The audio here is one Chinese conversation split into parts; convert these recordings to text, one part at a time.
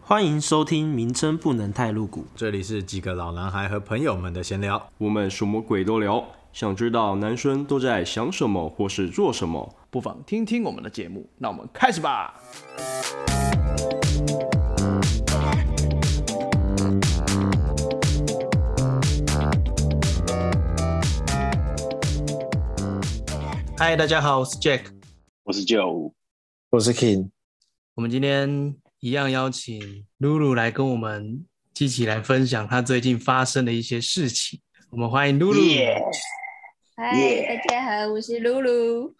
欢迎收听，名称不能太露骨。这里是几个老男孩和朋友们的闲聊，我们什么鬼都聊，想知道男生都在想什么或是做什么。不妨听听我们的节目。那我们开始吧。嗨，大家好，我是 Jack。我是九，我是 King，我们今天一样邀请露露来跟我们一起来分享她最近发生的一些事情。我们欢迎露露。嗨 Yeah 大家好，我是露露。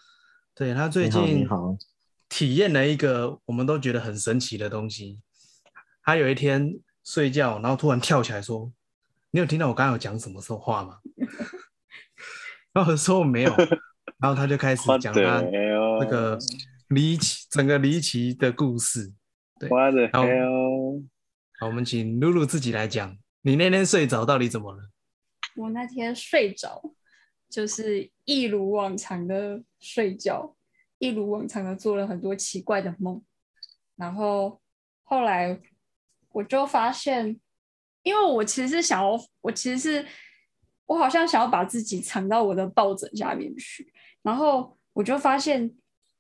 对她最你好你近好体验了一个我们都觉得很神奇的东西。她有一天睡觉，然后突然跳起来说：“你有听到我刚刚有讲什么说话吗？” 然后我说我没有，然后她就开始我的讲她 hell，那个离奇整个离奇的故事。我的哎好 hell，好，我们请露露自己来讲，你那天睡着到底怎么了？我那天睡着，就是一如往常的睡觉，一如往常的做了很多奇怪的梦。然后后来我就发现，因为我其实是想要，我其实是我好像想要把自己藏到我的抱枕下面去，然后我就发现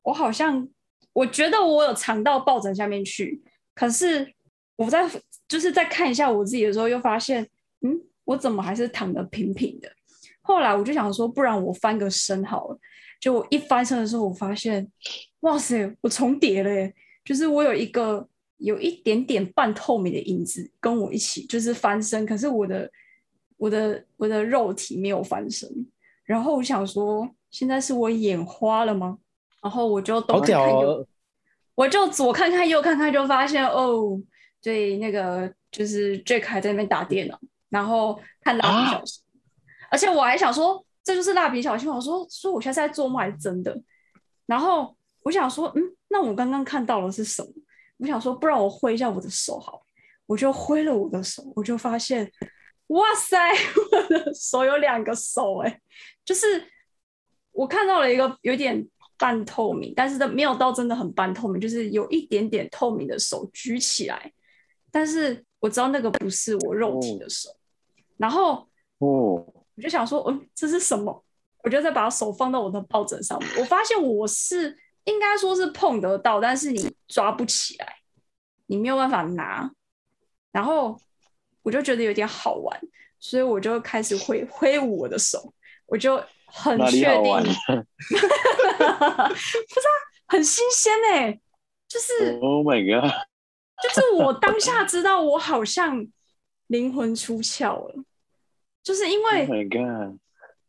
我好像我觉得我有藏到抱枕下面去，可是我在就是在看一下我自己的时候，又发现，嗯，我怎么还是躺得平平的？后来我就想说，不然我翻个身好了。就我一翻身的时候，我发现，哇塞，我重叠了耶！就是我有一个有一点点半透明的影子跟我一起，就是翻身，可是我的我的我的肉体没有翻身。然后我想说，现在是我眼花了吗？然后我就东看看哦右，我就左看看右看看，就发现哦，对，那个就是 Jack 还在那边打电脑，然后看蜡笔小新，而且我还想说这就是蜡笔小新，我说说我现在在做梦还是真的？然后我想说，嗯，那我刚刚看到的是什么？我想说，不然我挥一下我的手好了，我就挥了我的手，我就发现，哇塞， 我的手有两个手、欸，哎，就是我看到了一个有点半透明，但是它没有到真的很半透明，就是有一点点透明的手举起来，但是我知道那个不是我肉体的手，然后哦，我就想说，嗯，这是什么？我就再把手放到我的抱枕上面，我发现我是应该说是碰得到，但是你抓不起来，你没有办法拿。然后我就觉得有点好玩，所以我就开始挥挥舞我的手，我就很哪里确好定，玩？不是啊，很新鲜哎、就是。 Oh my god！就是我当下知道我好像灵魂出窍了，就是因 Oh 为 my god！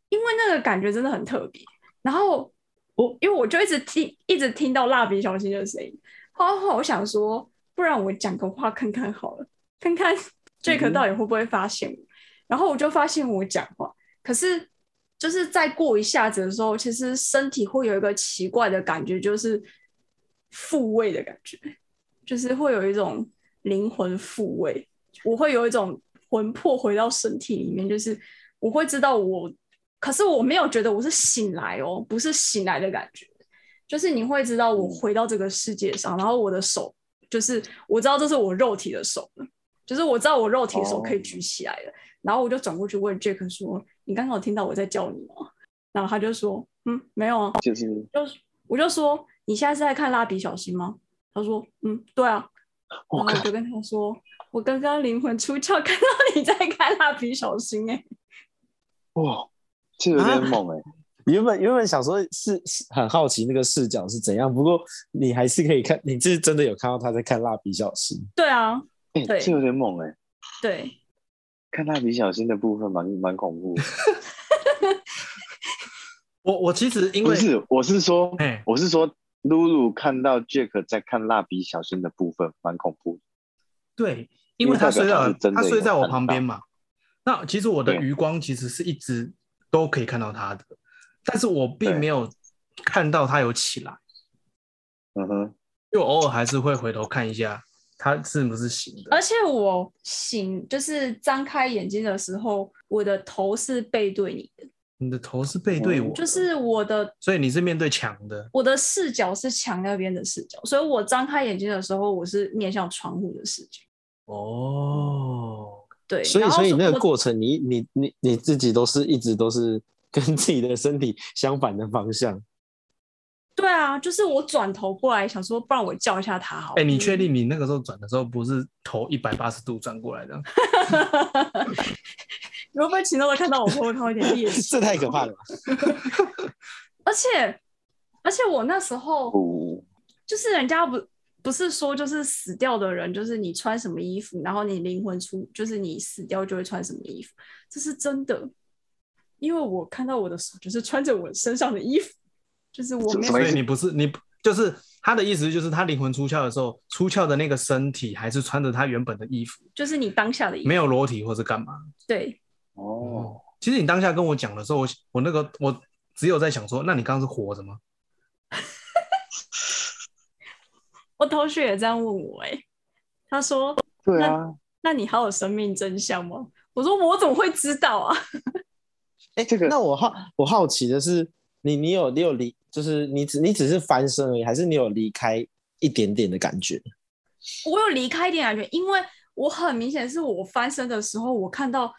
因为那个感觉真的很特别。然后我因为我就一直听一直听到蜡笔小新的声音，然后我想说，不然我讲个话看看好了，看看 Jack 到底会不会发现我。然后我就发现我讲话，可是就是再过一下子的时候，其实身体会有一个奇怪的感觉，就是复位的感觉，就是会有一种灵魂复位，我会有一种魂魄回到身体里面，就是我会知道我，可是我没有觉得我是醒来哦，不是醒来的感觉，就是你会知道我回到这个世界上，然后我的手就是我知道这是我肉体的手了，就是我知道我肉体的手可以举起来了。然后我就转过去问 Jack 说：“你刚刚有听到我在叫你吗？”然后他就说：“嗯，没有啊。就是”我就说：“你现在是在看蜡笔小新吗？”他说：“嗯，对啊。”然我后我靠，就跟他说：“我刚刚灵魂出窍，看到你在看蜡笔小新、欸，哎，哇，这有啊点猛哎！原本原本想说是是很好奇那个视角是怎样，不过你还是可以看，你是真的有看到他在看蜡笔小新。对啊，哎对，这有点猛哎！对，看蜡笔小新的部分蛮蛮恐 怖的，我我其实因不为是，我是说哎，我是说，露露看到 Jack 在看蜡笔小新的部分蛮恐怖的，对，因因为为他睡代表在他我是真的他睡有在我看旁边到嘛，那其实我的对余光其实是一直都可以看到他的，但是我并对没有看到他有起来，嗯哼，因为我偶尔还是会回头看一下他是不是醒的。而且我醒就是张开眼睛的时候，我的头是背对你的，你的头是背对嗯我的，就是我的所以你是面对墙的。我的视角是墙那边的视角，所以我张开眼睛的时候，我是面向窗户的视角。哦，对，所以，然后所以那个我过程你，你你你自己都是一直都是跟自己的身体相反的方向。对啊，就是我转头过来想说，不然我叫一下他好了。哎、你确定你那个时候转的时候不是头一百八十度转过来的？罗伯奇诺都看到我后头有点猎奇， 这太可怕了吧。而且而且我那时候不，就是人家不不是说就是死掉的人，就是你穿什么衣服，然后你灵魂出，就是你死掉就会穿什么衣服，这是真的。因为我看到我的手就是穿着我身上的衣服，就是我没什么所意有以思你不是你就是他的意思就是他灵魂出窍的时候，出窍的那个身体还是穿着他原本的衣服，就是你当下的衣服没有裸体或是干嘛。嗯对，哦，其实你当下跟我讲的时候，我我那个我只有在想说，那你刚刚是活着吗？我同学也这样问我、哎，他说对啊，那你还有生命真相吗？我说我怎么会知道啊？哎、这个那我好我好奇的是，你你有你有离，就是你只你只是翻身而已，还是你有离开一点点的感觉？我有离开一点感觉，因为我很明显是我翻身的时候，我看到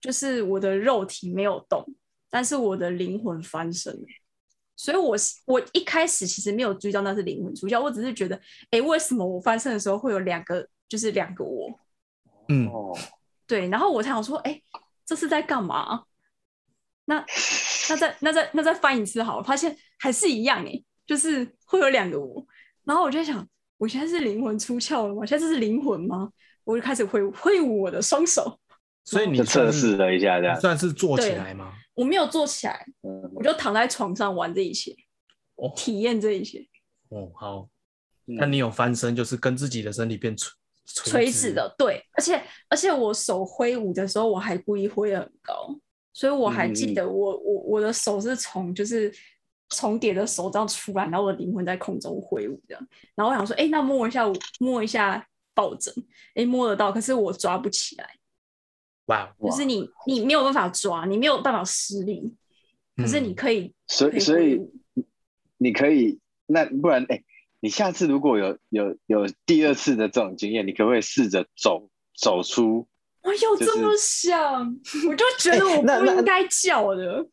就是我的肉体没有动，但是我的灵魂翻身了。所以我是，我一开始其实没有注意到那是灵魂出窍，我只是觉得，哎、为什么我翻身的时候会有两个，就是两个我？嗯，哦，对，然后我才想说，哎、这是在干嘛？那那再那再那再翻一次好了，发现还是一样哎、就是会有两个我。然后我就在想，我现在是灵魂出窍了吗？现在这是灵魂吗？我就开始挥挥舞我的双手，所以你就测算是试了一下这样你，算是坐起对来吗？我没有坐起来，嗯我就躺在床上玩这一切，哦体验这一切，哦，好，嗯那你有翻身，就是跟自己的身体变垂垂直，的对，而且而且我手挥舞的时候，我还故意挥得很高，所以我还记得我、我我的手是从就是重叠的手这样出来，然后我的灵魂在空中挥舞这样，然后我想说，哎、那摸一下我摸一下抱枕，哎、摸得到，可是我抓不起来，哇，哦就哇是你你没有办法抓，你没有办法施力，可是嗯你可以，所可以以所以挥舞你可以，那不然哎、你下次如果有有有第二次的这种经验，你可不可以试着走走出？我有就这是么想， 我就觉得我那不那应该叫的。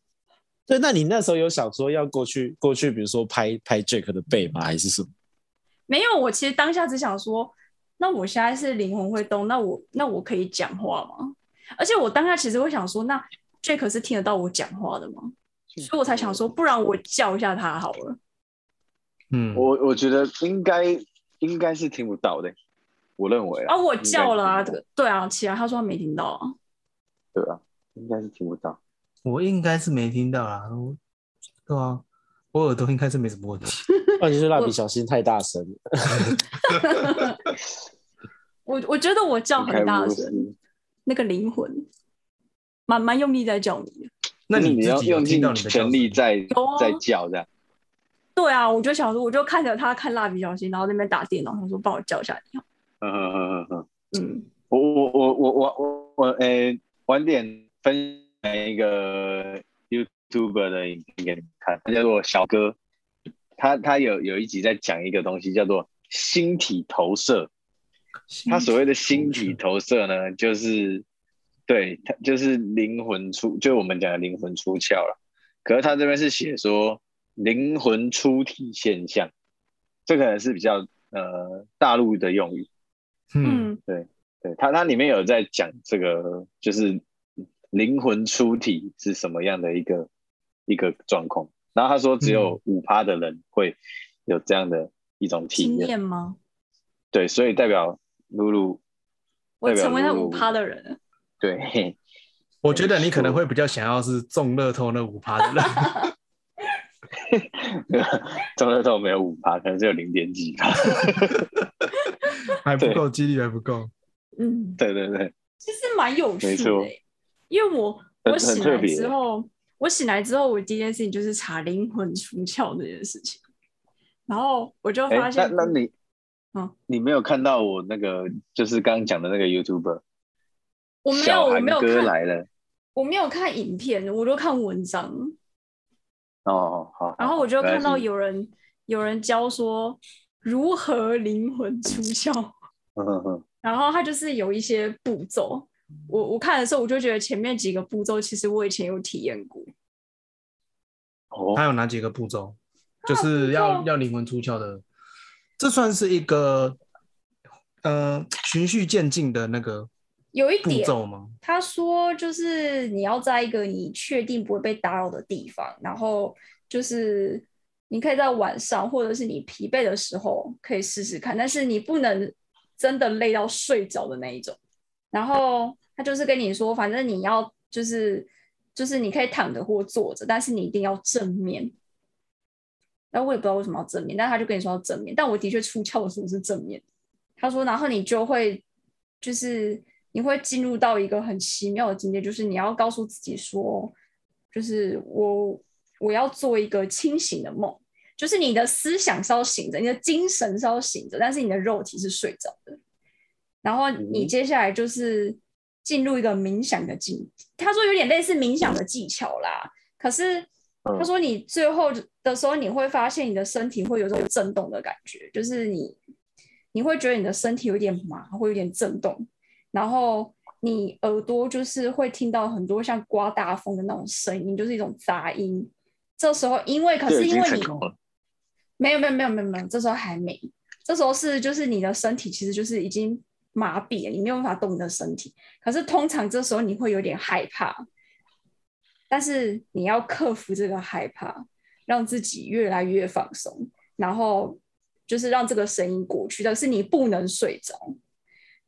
对，那你那时候有想说要过去过去，比如说拍拍 Jack 的背吗？还是什么？没有，我其实当下只想说，那我现在是灵魂会动，那我那我可以讲话吗？而且我当下其实会想说，那 Jack 是听得到我讲话的吗？嗯所以我才想说，不然我叫一下他好了。嗯，我我觉得应该应该是听不到的，我认为啊，啊，我叫了啊，应该这是听不到个对啊，起来他说他没听到啊，对吧？应该是听不到。我应该是没听到啦，我对啊，我耳朵应该是没什么问题。嗯不然就是蜡我笔小新太大声了。 我我觉得我叫开哦很悟大是声，那个灵魂蛮蛮用力在叫你的。那就是你你自要己有用听尽到你的叫全声力吗在有啊在叫这样。对啊，我就想说，我就看着他看蜡笔小新，然后那边打电脑，他说帮我叫一下你好。嗯嗯嗯嗯嗯。嗯，我我我我我我我诶、晚点分享一个 YouTuber 的影片给你们看，他叫做小哥，他他有有一集在讲一个东西叫做星体投射。他所谓的星体投射呢，就是对他就是灵魂出，就我们讲的灵魂出窍了。可是他这边是写说灵魂出体现象，这可能是比较呃大陆的用语。嗯，嗯，对它，它里面有在讲这个，就是灵魂出体是什么样的一个一个状况。然后他说，嗯只有五趴的人会有这样的一种体经验。验吗？对，所以代表露露，我代表成为那露五露趴的人了。对，嘿我觉得你可能会比较想要是中乐透那五趴的人， 中乐透没有五趴，可能只有零点几趴。 还不对够，几率还不够。嗯，对对对，其实蛮有趣没的错欸，因为我很我醒很来特别之后，我醒来之后，我第一件事情就是查灵魂出窍这件事情，然后我就哎、发现，那那你，嗯你没有看到我那个，就是刚刚讲的那个 YouTuber，我没有小我韩没有哥看来了。我没有看影片，我都看文章，哦，好。然后我就没关看到系有人有人教说如何灵魂出窍，嗯嗯嗯，然然后它就是有一些步骤，我我看的时候我就觉得前面几个步骤其实我以前有体验过，哦它有哪几个步骤？它就有是要步骤要灵魂出窍的，这算是一个呃循序渐进的那个有一步点骤吗？他说，就是你要在一个你确定不会被打扰的地方，然后就是你可以在晚上或者是你疲惫的时候可以试试看，但是你不能真的累到睡着的那一种。然后他就是跟你说，反正你要就是就是你可以躺着或坐着，但是你一定要正面。然后我也不知道为什么要正面，但他就跟你说要正面，但我的确出窍的时候是正面。他说，然后你就会就是你会进入到一个很奇妙的境界，就是你要告诉自己说，就是我我要做一个清醒的梦，就是你的思想是要醒着，你的精神是要醒着，但是你的肉体是睡着的。然后你接下来就是进入一个冥想的境，他说有点类似冥想的技巧啦，可是。嗯他说：“你最后的时候，你会发现你的身体会有这种震动的感觉，就是你你会觉得你的身体有点麻，会有点震动，然后你耳朵就是会听到很多像刮大风的那种声音，就是一种杂音。这时候，因为可这是已因经为成你功了，没有没有没有没有没有，这时候还没，这时候是就是你的身体其实就是已经麻痹了，你没有办法动你的身体。可是通常这时候你会有点害怕，但是你要克服这个害怕，让自己越来越放松，然后就是让这个声音过去，但是你不能睡着。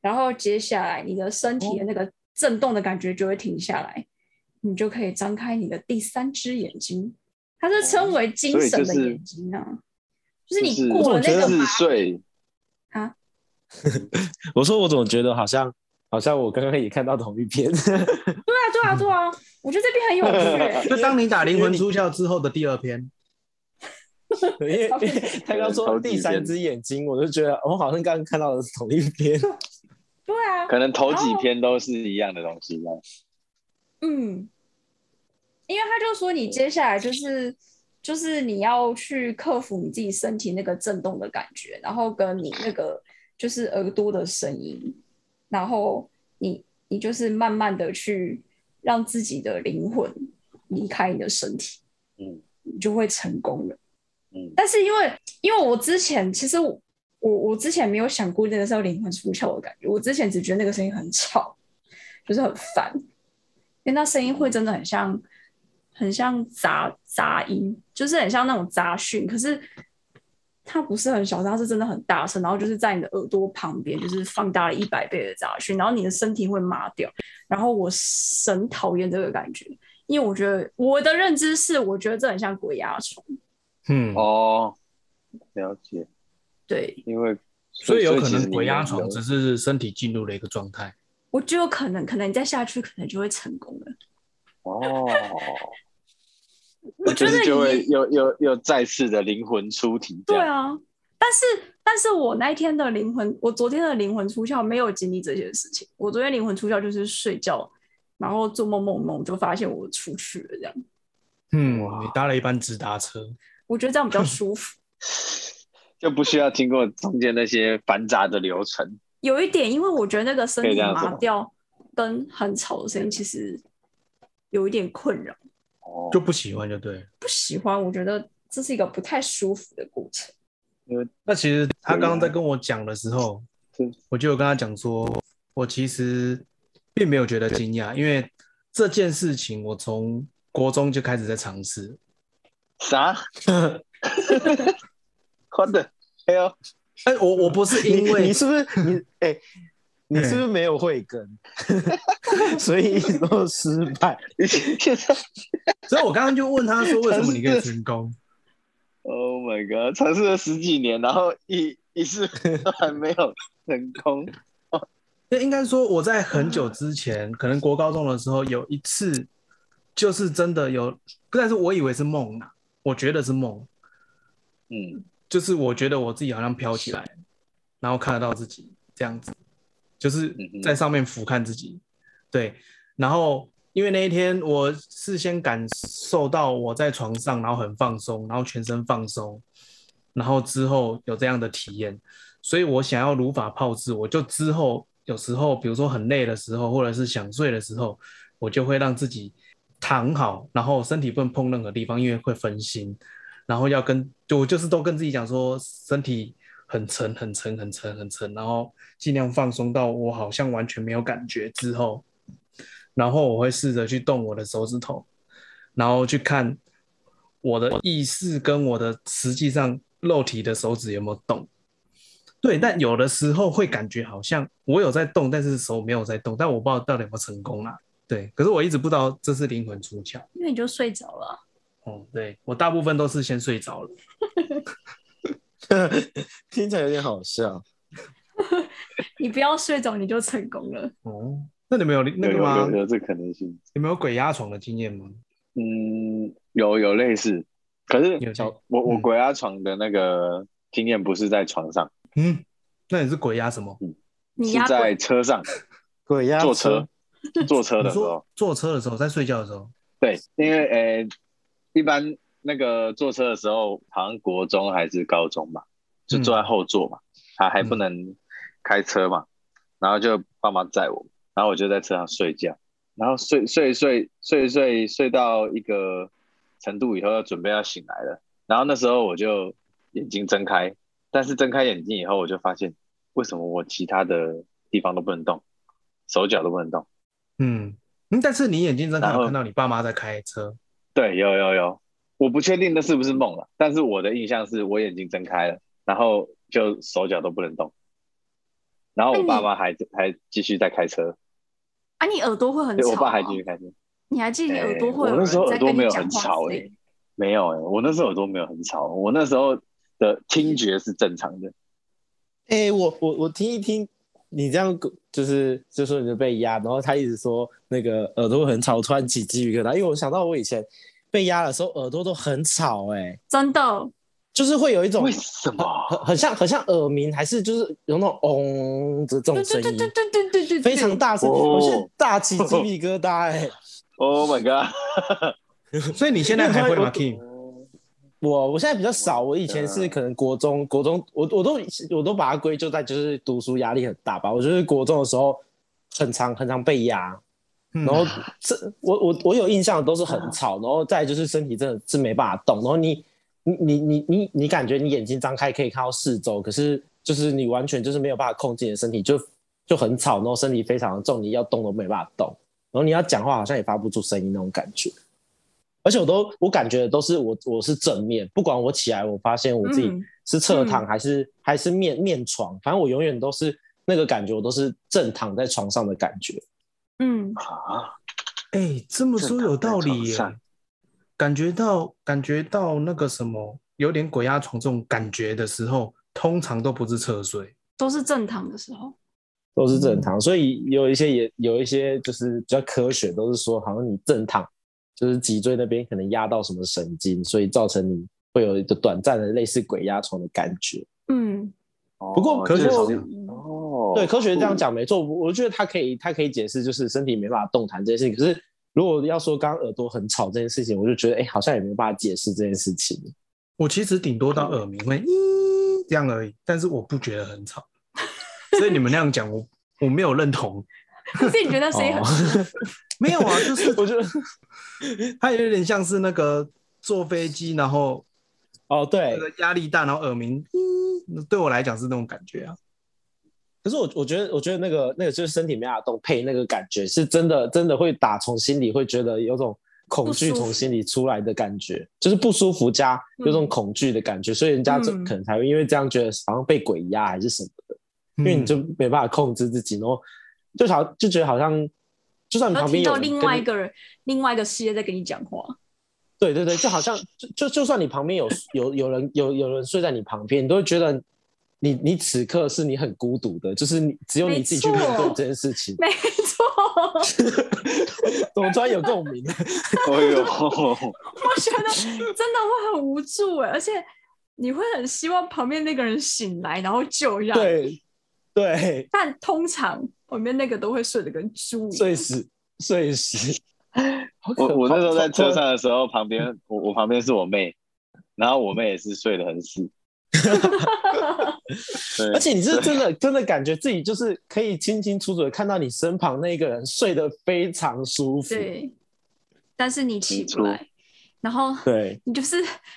然后接下来你的身体的那个震动的感觉就会停下来，你就可以张开你的第三只眼睛，它是称为精哦所以神就的是眼睛啊，就就是是你过了那个嗜麻睡，我说我总觉得好像好像我刚刚也看到同一篇， 对啊，对啊，对啊，我觉啊得这边很嗯有趣 就当你打灵魂出窍之后的第二篇，因为因为他刚说第三只眼睛，我就觉得我好像刚刚看到的是同一篇。对啊，可能头几然后篇都是一样的东西吧。嗯，因为他就说你接下来就是就是你要去克服你自己身体那个震动的感觉，然后跟你那个就是耳朵的声音，然后你你就是慢慢的去让自己的灵魂离开你的身体，嗯，你就会成功了。嗯但是因为因为我之前其实我我我之前没有想过那个是要灵魂出窍的感觉，我之前只觉得那个声音很吵，就是很烦，因为那声音会真的很像很像杂杂音，就是很像那种杂讯，可是它不是很小声，它是真的很大声，然后就是在你的耳朵旁边，就是放大了一百倍的杂讯，然后你的身体会麻掉，然后我神讨厌这个感觉。因为我觉得我的认知是，我觉得这很像鬼压床，嗯，哦，了解，对，因为所以有可其实能你鬼压床有只是身体进入了一个状态。我就有可能，可能你再下去，可能就会成功了。哦，我觉得就是就会你又又又再次的灵魂出体，这对样，啊，但是但是我那一天的灵魂，我昨天的灵魂出窍没有经历这些事情。我昨天灵魂出窍就是睡觉，然后做梦梦梦，就发现我出去了这样。嗯，你搭了一班直达车，我觉得这样比较舒服。就不需要经过中间那些繁杂的流程。有一点，因为我觉得那个身可以体这样子麻吗掉跟很吵的声音，其实有一点困扰，哦，就不喜欢就对了。不喜欢。我觉得这是一个不太舒服的过程。那其实他刚刚啊在跟我讲的时候对啊，我就有跟他讲说，我其实并没有觉得惊讶，因为这件事情我从国中就开始在尝试。啥？好的，哎呦，哎，我我不 是因你为你是不是你哎、你是不是没有慧根， 所以一直都失败？现在所以我刚刚就问他说，为什么你可以成功？ ，Oh my God，尝试了十几年，然后一一次都还没有成功。那应该说我在很久之前，可能国高中的时候有一次，就是真的有，但是我以为是梦啊，我觉得是梦，嗯，就是我觉得我自己好像飘起来，然后看得到自己这样子，就是哼在上面俯瞰自己。对，然后因为那一天我事先感受到我在床上，然后很放松，然后全身放松，然后之后有这样的体验，所以我想要如法炮制，我就之后有时候，比如说很累的时候，或者是想睡的时候，我就会让自己躺好，然后身体不能碰任何地方，因为会分心。然后要跟就我就是都跟自己讲说，身体很沉很沉很沉很沉，然后尽量放松到我好像完全没有感觉之后，然后我会试着去动我的手指头，然后去看我的意识跟我的实际上肉体的手指有没有动。对，但有的时候会感觉好像我有在动，但是手没有在动，但我不知道到底有没有成功啦。对，可是我一直不知道这是灵魂出窍。因为你就睡着了啊。哦，对我大部分都是先睡着了。听起来有点好笑。你不要睡着，你就成功了。哦，那你们有那个有有吗有？有这可能性。你们有鬼压床的经验吗？嗯，有有类似，可有是小我我嗯鬼压床的那个经验不是在床上，嗯，那你是鬼压什么？你是压在鬼，车上鬼压坐车，坐车的你时候说。坐车的时候，在睡觉的时候。对，因为呃，一般那个坐车的时候，好像国中还是高中吧，就坐在后座嘛，还、还不能开车嘛，然后就爸妈载我，然后我就在车上睡觉，然后睡睡睡睡睡睡到一个程度以后，要准备要醒来了，然后那时候我就眼睛睁开，但是睁开眼睛以后，我就发现为什么我其他的地方都不能动，手脚都不能动。嗯嗯，但是你眼睛睁开然有后看到你爸妈在开车。对，有有有，我不确定那是不是梦了，但是我的印象是我眼睛睁开了，然后就手脚都不能动，然后那我你爸妈还还继续在开车，啊，你耳朵会很对吵、我啊。爸还继续开车，你还记得你耳朵哎会有我那时候人在耳朵跟没你有讲很话吵之哎类的没有哎、我那时候耳朵没有很吵，我那时候的听觉是正常的，哎、我我我听一听，你这样就是就说你就被压，然后他一直说那个耳朵很吵，我突然起鸡皮疙瘩，因为我想到我以前被压的时候耳朵都很吵、哎，真的，就是会有一种为什很么？很像很像耳鸣，还是就是有那种嗡的这种对对声对音对，对对对对，非常大声，哦我现在大起鸡皮疙瘩、哎， Oh my god！所以你现在还会因为吗我，Kim？我我现在比较少，我以前是可能国中，国中我我都我都把它归咎在就是读书压力很大吧。我就是国中的时候很常很常被压，然然后嗯这我我我有印象的都是很吵，然后再来就是身体真的是没办法动，然后你你你你你你感觉你眼睛张开可以看到四周，可是就是你完全就是没有办法控制你的身体，就就很吵，然后身体非常的重，你要动都没办法动，然后你要讲话好像也发不出声音那种感觉。而且我都我感觉都是我我是正面，不管我起来，我发现我自己嗯是侧躺嗯还是、还是面面床，反正我永远都是那个感觉，我都是正躺在床上的感觉。嗯，啊，哎，这么说有道理正躺在床耶上，感觉到感觉到那个什么，有点鬼压床这种感觉的时候，通常都不是侧睡。都是正常的时候。都是正常，所以有一些也有一些就是比较科学，都是说好像你正躺，就是脊椎那边可能压到什么神经，所以造成你会有一个短暂的类似鬼压床的感觉。嗯，不过哦可是这我种嗯哦，对，科学这样讲没错，我我觉得它可以，它可以解释就是身体没办法动弹这件事情。可是如果要说刚刚耳朵很吵这件事情，我就觉得哎、好像也没办法解释这件事情。我其实顶多到耳鸣嗯会咦这样而已，但是我不觉得很吵。所以你们那样讲，我我没有认同。所以你觉得那声音哦很 没有啊，就是我觉得它有点像是那个坐飞机，然后哦对那，个压力大，然后耳鸣，咦对我来讲是那种感觉啊。可是我我觉得，我觉得那个那个就是身体没办法动，配那个感觉是真的，真的会打从心里会觉得有种恐惧不舒服从心里出来的感觉，就是不舒服加嗯有种恐惧的感觉，所以人家就嗯可能才会因为这样觉得好像被鬼压啊还是什么的，因因为你就没办法控制自己，然后就好就觉得好像就算你然后旁边听有到人另跟外你一个人、另外一个世界在跟你讲话。对对对，就好像就就就算你旁边有有有人有有人睡在你旁边，你都会觉得你你此刻是你很孤独的，就是你只有你自己去没面错对这件事情。没错， 我 怎么突然有共鸣？哎 呦，觉得真的会很无助哎，而且你会很希望旁边那个人醒来，然后救一下。，对对，但通常旁边那个都会睡得跟猪一样。睡死睡死。 好可我我那时候在突车然上的时候，旁边我我旁边是我妹，然后我妹也是睡得很死，对 而且你是真的真的感觉自己就是可以清清楚楚的看到你身旁那个人睡得非常舒服，对，但是你起没不错来，然后对你就是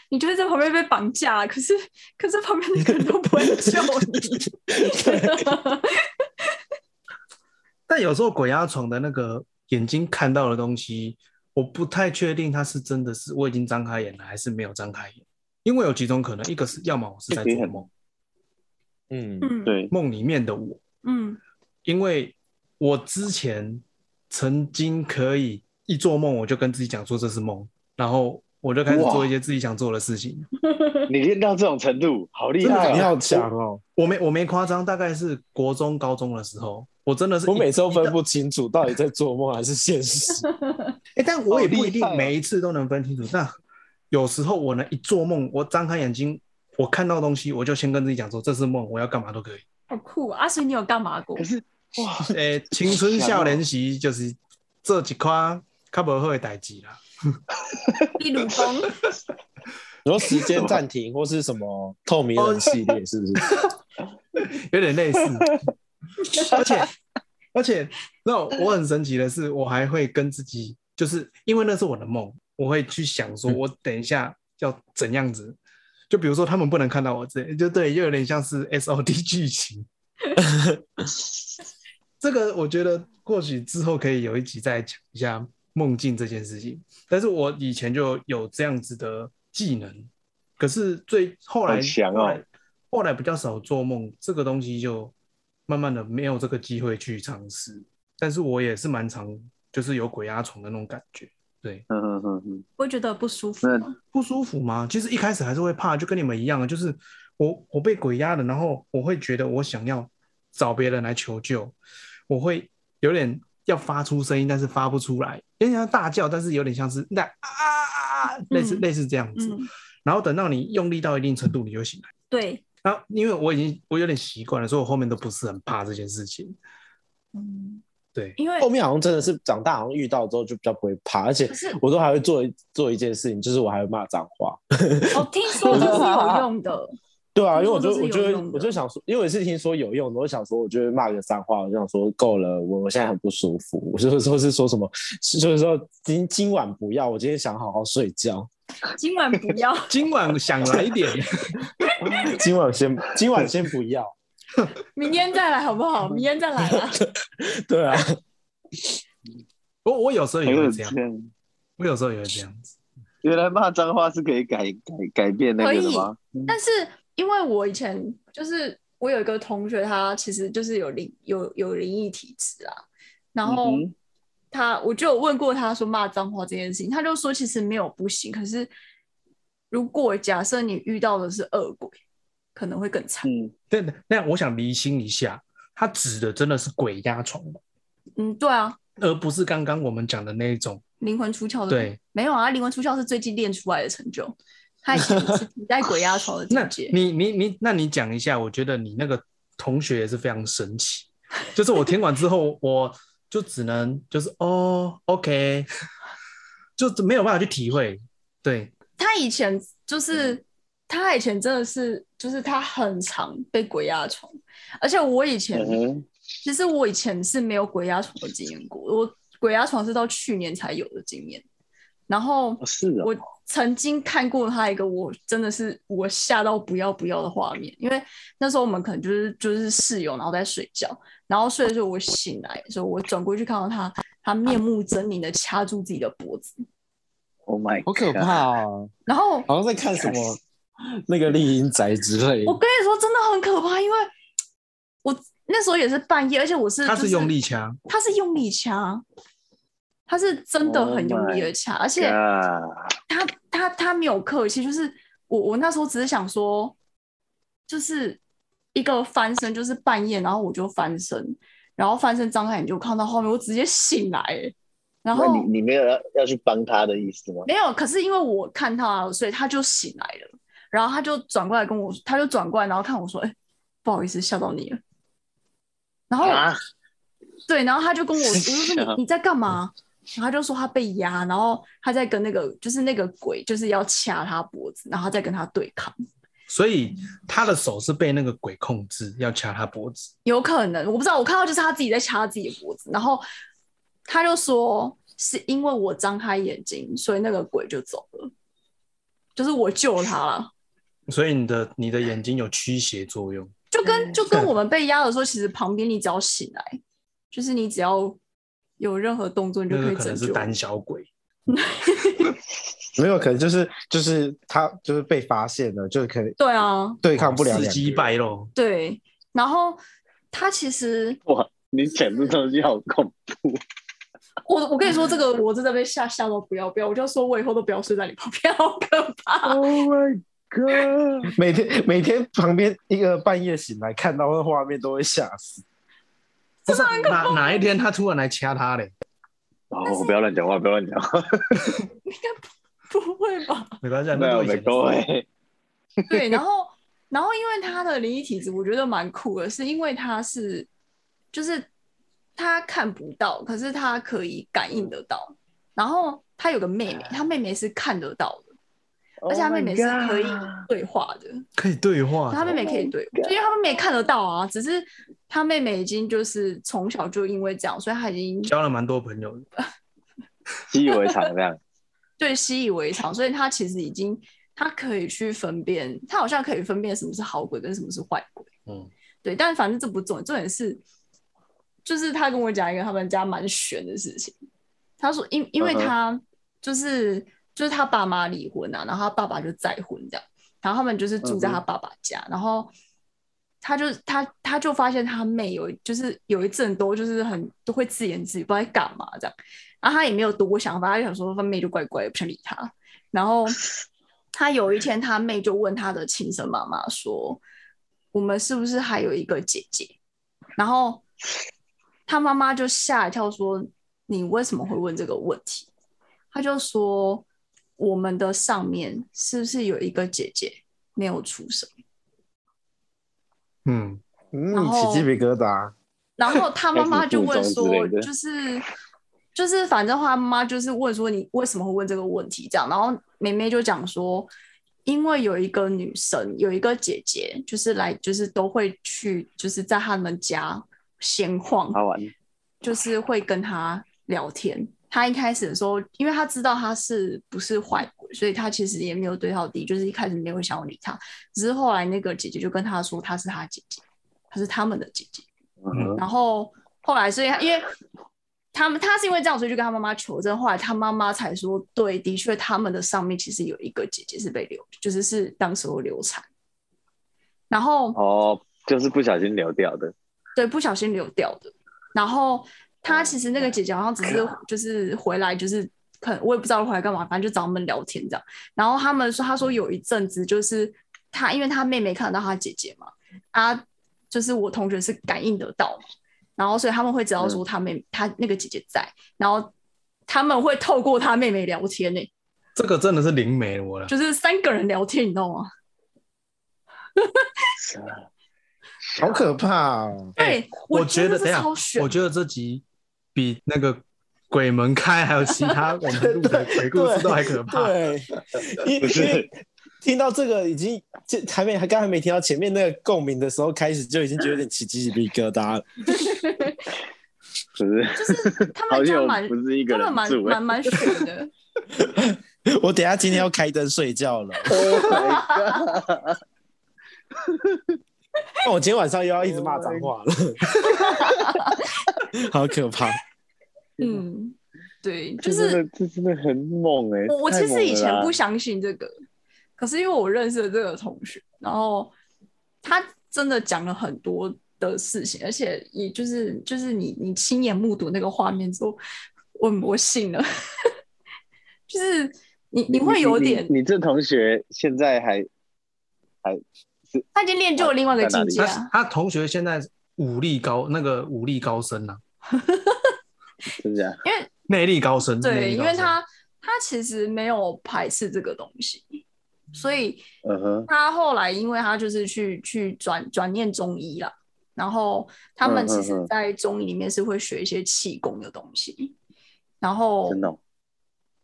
你就是在旁边被绑架，可 是可是旁边那个人都不会救你。但有时候鬼压床的那个眼睛看到的东西，我不太确定它是真的是我已经张开眼了，还是没有张开眼。因为有几种可能，一个是要么我是在这个也做很梦，嗯， 嗯，，对，梦里面的我，嗯因为我之前曾经可以一做梦我就跟自己讲说这是梦，然后我就开始做一些自己想做的事情。你练到这种程度，好厉真的害你哦！好强哦！我没我没夸张，大概是国中高中的时候，我真的是我一每次都分一到不清楚到底在做梦还是现实。 哎、但我也不一定好厉害哦每一次都能分清楚。但有时候我呢一做梦，我张开眼睛，我看到东西，我就先跟自己讲说这是梦，我要干嘛都可以。好酷啊！阿水，你有干嘛过可？是哇，诶、 青春哦少年时就是这几款较无好的代志啦。例如风，你说时间暂停或是什么透明人系列是不 是？有点类似。 而且而且，那我很神奇的是，我还会跟自己，就是因为那是我的梦，我会去想嗯说，我等一下要怎样子。就比如说，他们不能看到我之类，就对，又有点像是 S O D 剧情。这个我觉得或许之后可以有一集再讲一下梦境这件事情。但是我以前就有这样子的技能，可是最后来好强哦后来后来比较少做梦，这个东西就慢慢的没有这个机会去尝试。但是我也是蛮常就是有鬼压床的那种感觉，对，嗯嗯嗯嗯，会觉得不舒服那吗？不舒服吗？其实一开始还是会怕，就跟你们一样啊，就是我我被鬼压了，然后我会觉得我想要找别人来求救，我会有点要发出声音，但是发不出来，有点像大叫，但是有点像是那啊啊啊啊，类似、嗯类似这样子。嗯，然后等到你用力到一定程度，你就醒来。对，然后因为我已经我有点习惯了，所以我后面都不是很怕这件事情。嗯，对，因为后面好像真的是长大，好像遇到之后就比较不会怕，而且可是我都还会做一做一件事情，就是我还会骂脏话。我听说这是有用 的，对啊，因为我听就说我这是就有会用的我就想说，因为我是听说有用的，我就想说，我就会骂个脏话，我就想说够了，我我现在很不舒服，我就是说是说什么，是就是说今今晚不要，我今天想好好睡哦觉，今晚不要。今晚想来一 点，今晚先今晚先不要，明天再来好不好？明天再来啊啦。对啊，我我有时候很也有会这样这，样。我有时候也会这样子。嗯原来骂脏话是可以改改改变那个的吗？但是因为我以前就是我有一个同学，他其实就是有灵有有灵异体质啊，然后嗯哼他我就有问过他说骂脏话这件事情，他就说其实没有不行，可是如果假设你遇到的是恶鬼，可能会更惨。嗯，但但我想厘清一下，他指的真的是鬼压床吗嗯，对啊，而不是刚刚我们讲的那一种。灵魂出窍的对，没有啊，灵魂出窍是最近练出来的成就，他以前是你在鬼压床 的那境界。你你你，那你讲一下，我觉得你那个同学也是非常神奇。就是我听完之后， 我就只能就是哦，OK，就没有办法去体会。对，他以前就是、嗯他以前真的是，就是他很常被鬼压床，而且我以前、嗯哼，其实我以前是没有鬼压床的经验过，我鬼压床是到去年才有的经验。然后哦是哦我曾经看过他一个，我真的是我吓到不要不要的画面，因为那时候我们可能就是就是室友，然后在睡觉，然后睡的时候我醒来的时候，我转过去看到他，他面目狰狞的掐住自己的脖子， ，Oh my，好可 God！怕哦，然后好像在看什么那个丽英宅之类的我，跟你说，真的很可怕，因为我那时候也是半夜，而且我是、他就是用力，掐，他是用力掐，他是真的很用力的掐而且啊，他他他没有客气，就是我我那时候只是想说，就是一个翻身，就是半夜，然后我就翻身，然后翻身张开眼就看到后面，我直接醒来，欸然那后你你没有要要去帮他的意思吗？没有，可是因为我看他，所以他就醒来了，然后他就转过来跟我，他就转过来，然后看我说：“哎、不好意思，吓到你了。”然后、啊，对，然后他就跟我，我就说你你在干嘛？然后他就说他被压，然后他在跟那个就是那个鬼，就是要掐他脖子，然后他在跟他对抗。所以他的手是被那个鬼控制，要掐他脖子。有可能，我不知道。我看到就是他自己在掐自己的脖子，然后他就说是因为我张开眼睛，所以那个鬼就走了，就是我救他了，所以你的你的眼睛有驱邪作用，就跟就跟我们被压的时候，其实旁边你只要醒来，就是你只要有任何动作，你就那可个以可拯能是救。胆小鬼。没有，可能就是就是他就是被发现了，就可能对啊，对抗不了死两个鸡人败露，对，然后他其实哇，你讲这东西好恐怖，我我跟你说，这个我真的被吓吓到不要不要，我就说我以后都不要睡在你旁边，好可怕。每天每天旁边一个半夜醒来看到的画面都会吓死。不是啊哪哪一天他突然来掐他嘞？哦，我不要乱讲话，不要乱讲话，应该不不会吧？没关系啊，没那有都以没前的各事位， 对，然后然后因为他的灵异体质，我觉得蛮酷的，是因为他是就是他看不到，可是他可以感应得到。然后他有个妹妹，他妹妹是看得到的，而且他妹妹是可以对话的，可以对话他妹妹可以对，就因为他妹妹看得到啊，只是他妹妹已经就是从小就因为这样，所以她已经交了蛮多朋友的，习以为常这样，对习以为常，所以他其实已经他可以去分辨，他好像可以分辨什么是好鬼跟什么是坏鬼。嗯，对，但反正这不重点，重点是就是他跟我讲一个他们家蛮悬的事情。他说因因为嗯哼他就是、就是他爸妈离婚啊，然后他爸爸就再婚这样，然后他们就是住嗯在他爸爸家，然后他就他他就发现他妹有就是有一阵都就是很都会自言自语，不知道在干嘛这样，然后他也没有多想，反正他就想说他妹就怪怪的，不想理他。然后他有一天，他妹就问他的亲生妈妈说：“我们是不是还有一个姐姐？”然后他妈妈就吓一跳，说：“你为什么会问这个问题？”他就说：“我们的上面是不是有一个姐姐没有出生？”嗯，嗯然，后起鸡皮疙瘩。然后他妈妈就问开始附中之说类，的就是就是，反正他妈妈就是问说你为什么会问这个问题这样，然后妹妹就讲说，因为有一个女生，有一个姐姐，就是来就是都会去，就是在他们家闲晃，好玩，就是会跟他聊天。他一开始的时候，因为他知道他是不是坏鬼，所以他其实也没有对他敌意，就是一开始没有想要理他。只是后来那个姐姐就跟他说，她是他姐姐，她是他们的姐姐。嗯然后后来，所以他因为他们他是因为这样，所以就跟他妈妈求证。后来他妈妈才说，对，的确他们的上面其实有一个姐姐是被流，就是是当时候流产，然后哦，就是不小心流掉的，对不小心流掉的。然后哦他其实那个姐姐好像只是就是回来就是。可能我也不知道回来干嘛，反正就找他们聊天这样。然后他们说，他说有一阵子就是他，因为他妹妹看得到他姐姐嘛，啊，就是我同学是感应得到嘛，然后所以他们会嗯知道说他妹、他那个姐姐在，然后他们会透过他妹妹聊天呢、这个真的是灵媒我了，就是三个人聊天，你知道吗？好可怕哦！哎对，我觉得这等一下超悬，我觉得这集比那个鬼门开还有其 他我们录的鬼故事都还可怕。对，因不是因为听到这个已经这还没还刚才没听到前面那个共鸣的时候，开始就已经觉得有点起鸡皮疙瘩了。是不是？就是他 好们家像哎蛮不是一个他人们蛮住欸蛮蛮悬的。 我等一下今天要开灯睡觉了， Oh my god！ 那哦我今天晚上又要一直骂脏话了，好可怕。嗯，对，就这真是的这真的很猛哎、我我太其猛实了以前啦不相信这个，可是因为我认识了这个同学，然后他真的讲了很多的事情，而且也就是就是你你亲眼目睹那个画面之后，我我信了， 就是你你会有点你，你这同学现在还还是他已经练就了另外一个在哪境里界他啊，他同学现在武力高，那个武力高升啊，真的假的？因为内力高升。内对，力因高为升他他其实没有排斥这个东西，所以。嗯哼，他后来因为他就是去去转转念中医啦，然后他们嗯其嗯实嗯在中医里面是会学一些气功的东西，然后真的哦、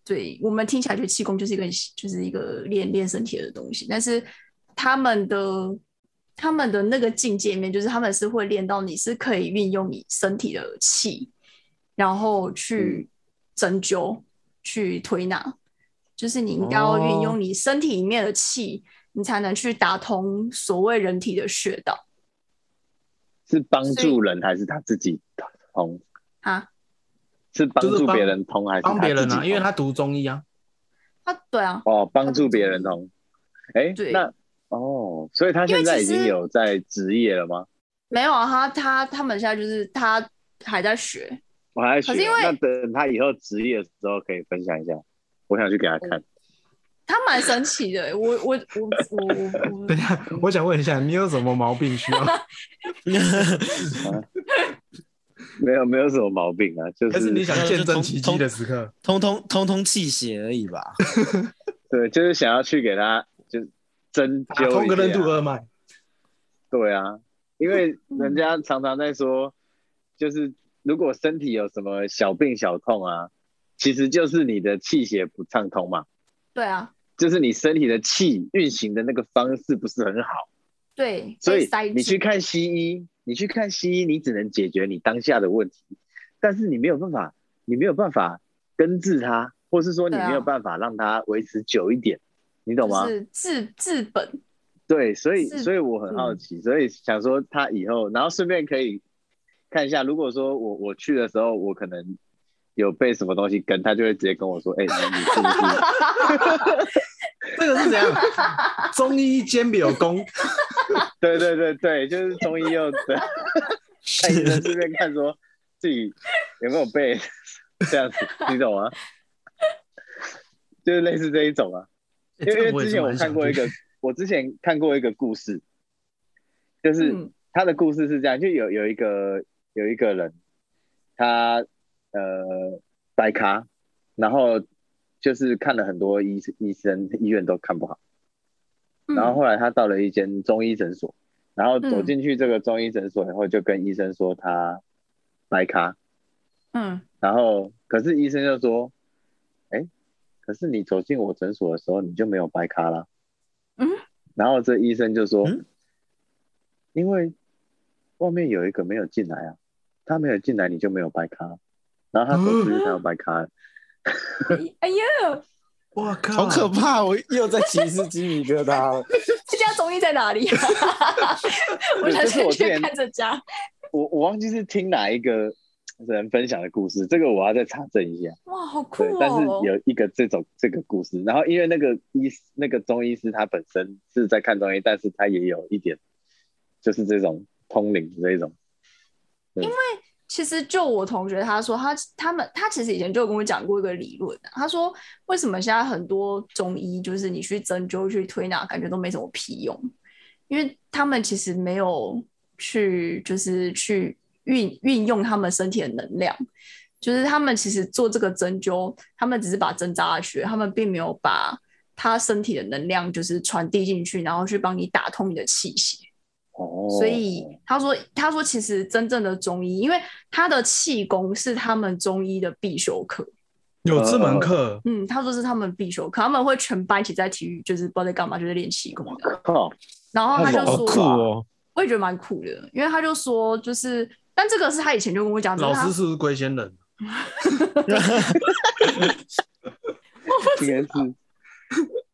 对我们听起来觉得气功就是一个就是一个练练身体的东西，但是他们的他们的那个境界里面，就是他们是会练到你是可以运用你身体的气，然后去针灸、去推拿，就是你应该要运用你身体里面的气，你才能去打通所谓人体的穴道是帮助人还是他自己通？啊。是帮就是助帮别人通还是帮别他自人己啊，因为通他读中医啊，啊，对啊，哦，帮助别人通。哎，对那哦，所以他因为现在其已经实有在职业了吗？没有啊，他他他们现在就是他还在学，我还在学可是因啊，为那等他以后职业的时候可以分享一下，我想去给他哦看。他蛮神奇的欸、我我我我我我等一下，我想问一下，你有什么毛病需 要？没有，没有什么毛病啊，就还是你是想见证奇迹的时刻？通通通通气血而已吧。对，就是想要去给他就针打通啊个灸任一督下。二脉，对啊，因为嗯人家常常在说，就是如果身体有什么小病小痛啊，其实就是你的气血不畅通嘛，对啊，就是你身体的气运行的那个方式不是很好。对，所被以塞你住去看西医，你去看西医，你只能解决你当下的问题，但是你没有办法，你没有办法根治它，或是说你对啊没有办法让它维持久一点，你懂吗就？是治治本，对，所以是所以我很好奇，所以想说他以后，然后顺便可以看一下，如果说我我去的时候，我可能有被什么东西跟，他就会直接跟我说，哎、你是不是？这个是怎样？中医兼有功，对对对对，就是中医又对，看医生顺便看说自己有没有被 这样子，你懂吗？ 就是类似这一种啊，欸 因这为个我也之是前我蛮看想过一去个， 我之前看过一个故事，就是嗯他的故事是这样，就有有一个有一个人，他呃白咖，然后就是看了很多医医生医院都看不好。嗯然后后来他到了一间中医诊所，然后走嗯进去这个中医诊所以后，就跟医生说他白卡，嗯， 然后可是医生就说，哎，可是你走进我诊所的时候你就没有白卡啦，嗯， 然后这医生就说，嗯因为外面有一个没有进来啊，他没有进来你就没有白卡，然后他走出去他有白卡，哎呀，我靠，好可怕！我又在歧视鸡皮疙瘩了。这家中医在哪里？ 我想这是先我之去前看这家，我我忘记是听哪一个人分享的故事，这个我要再查证一下。哇，好酷对，但是哦！有一个这种这个故事，然后因为那个医师那个中医师他本身是在看中医，但是他也有一点就是这种通灵这一种，其实就我同学他说他他们他其实以前就有跟我讲过一个理论、啊，他说为什么现在很多中医就是你去针灸去推拿，感觉都没什么屁用，因为他们其实没有去就是去运运用他们身体的能量，就是他们其实做这个针灸，他们只是把针扎下去，他们并没有把他身体的能量就是传递进去，然后去帮你打通你的气血。哦，所以他说，他说其实真正的中医，因为他的气功是他们中医的必修课，有这门课，嗯，他说是他们必修课，他们会全班一起在体育，就是不知道在干嘛，就是练气功的。靠，然后呃他就好说，酷哦！我也觉得蛮酷的，因为他就说，就是，但这个是他以前就跟我讲，老就是他师是不是龟仙人？应该是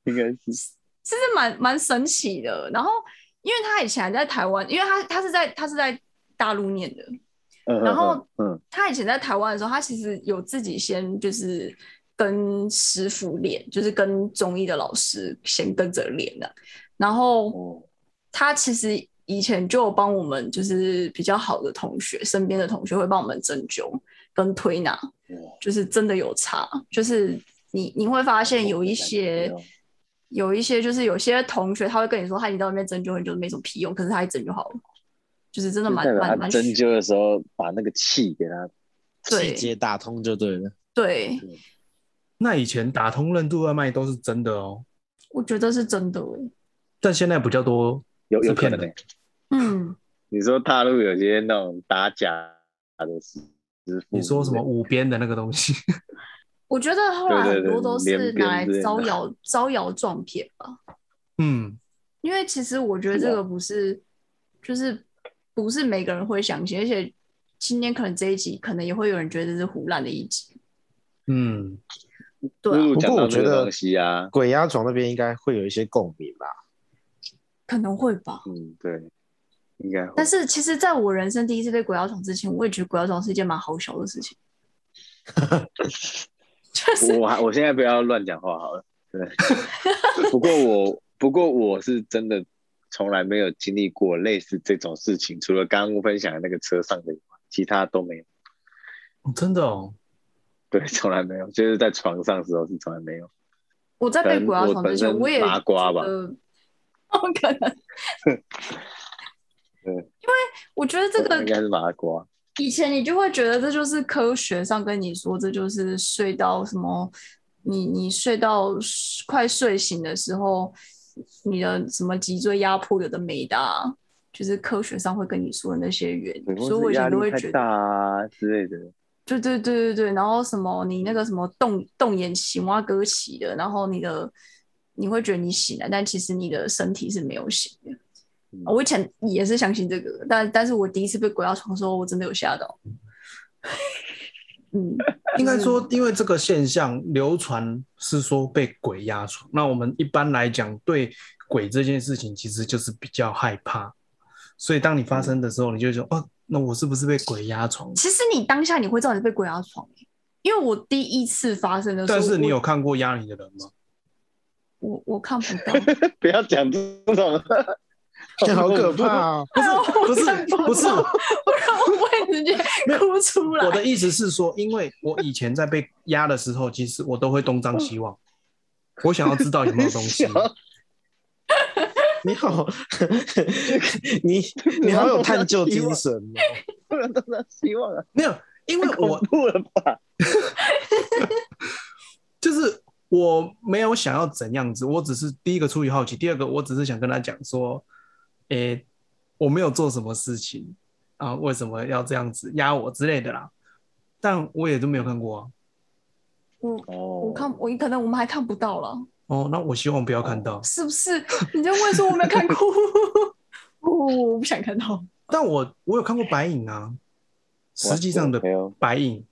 应该是其实蛮蛮神奇的。然后，因为他以前还在台湾，因为他他是在他是在大陆念的，嗯，然后嗯他以前在台湾的时候，他其实有自己先就是跟师傅练，就是跟中医的老师先跟着练的。然后哦他其实以前就有帮我们，就是比较好的同学，身边的同学会帮我们针灸跟推拿，就是真的有差，就是你你会发现有一些哦。有一些就是有些同学他会跟你说，他已经在外面针灸很久没什么屁用，可是他一针就好了，就是真的就蛮代表蛮他蛮针灸的时候把那个气给他，对细节打通就对了。对，那以前打通任督二脉都是真的哦，我觉得是真的欸。但现在比较多有是有可骗能人欸。嗯，你说大陆有些那种打假的师师傅，你说什么五边的那个东西， 我觉得后来对对很对多都是拿连边来之类的招摇招摇撞骗吧。嗯，因为其实我觉得这啊个不是，就是不是每个人会相信，而且今天可能这一集可能也会有人觉得这是胡乱的一集，嗯，对、啊，露露不讲过到我觉这个得东西啊，鬼压床那边应该会有一些共鸣吧。可能会吧。嗯，对，应该会。但是其实，在我人生第一次被鬼压床之前，我也觉得鬼压床是一件蛮好笑的事情，就是我还我现在不要乱讲话好了。 对，不过我不过我是真的从来没有经历过类似这种事情，除了刚刚分享的那个车上的以外，其他都没有。哦真的哦，对， 从来没有，就是在床上的时候是从来没有。我在被鬼压床之可前，能我本身我也麻瓜吧觉得 哦，可能， 对 因为我觉得这个应该是麻瓜。以前你就会觉得这就是科学上跟你说，这就是睡到什么，你你睡到快睡醒的时候，你的什么脊椎压迫有的没的啊、就是科学上会跟你说的那些原因，所以或我是以压前都会力太觉大得，啊之类的。对对对对对，然后什么你那个什么动动眼醒蛙哥起的，然后你的你会觉得你醒了，但其实你的身体是没有醒的。嗯我以前也是相信这个的，但但是我第一次被鬼压床的时候，我真的有吓到。嗯，应该说，因为这个现象流传是说被鬼压床，那我们一般来讲对鬼这件事情其实就是比较害怕，所以当你发生的时候，你就会说哦，那我是不是被鬼压床？其实你当下你会知道你被鬼压床，欸因为我第一次发生的时候，但是你我有看过压你的人吗？我我看不到， 不要讲这种，好 可怕哦！不是不是不是，不然我会 直接哭出来。我的意思是说，因为我以前在被压的时候，其实我都会东张西 望，我想要知道有没有东啊西。你好，你你好有探究精神哦。不能都到希望啊，没有，因为哎我不了吧？就是我没有想要怎样子，我只是第一个出于好奇，第二个我只是想跟他讲说，诶、我没有做什么事情啊，为什么要这样子压我之类的啦？但我也都没有看过啊。我哦我看我可能我们还看不到了，哦，那我希望不要看到。是不是？ 你在问说我没 有看过，哦我我不想看到。但我我有看过白影啊，实际上的没有，白影，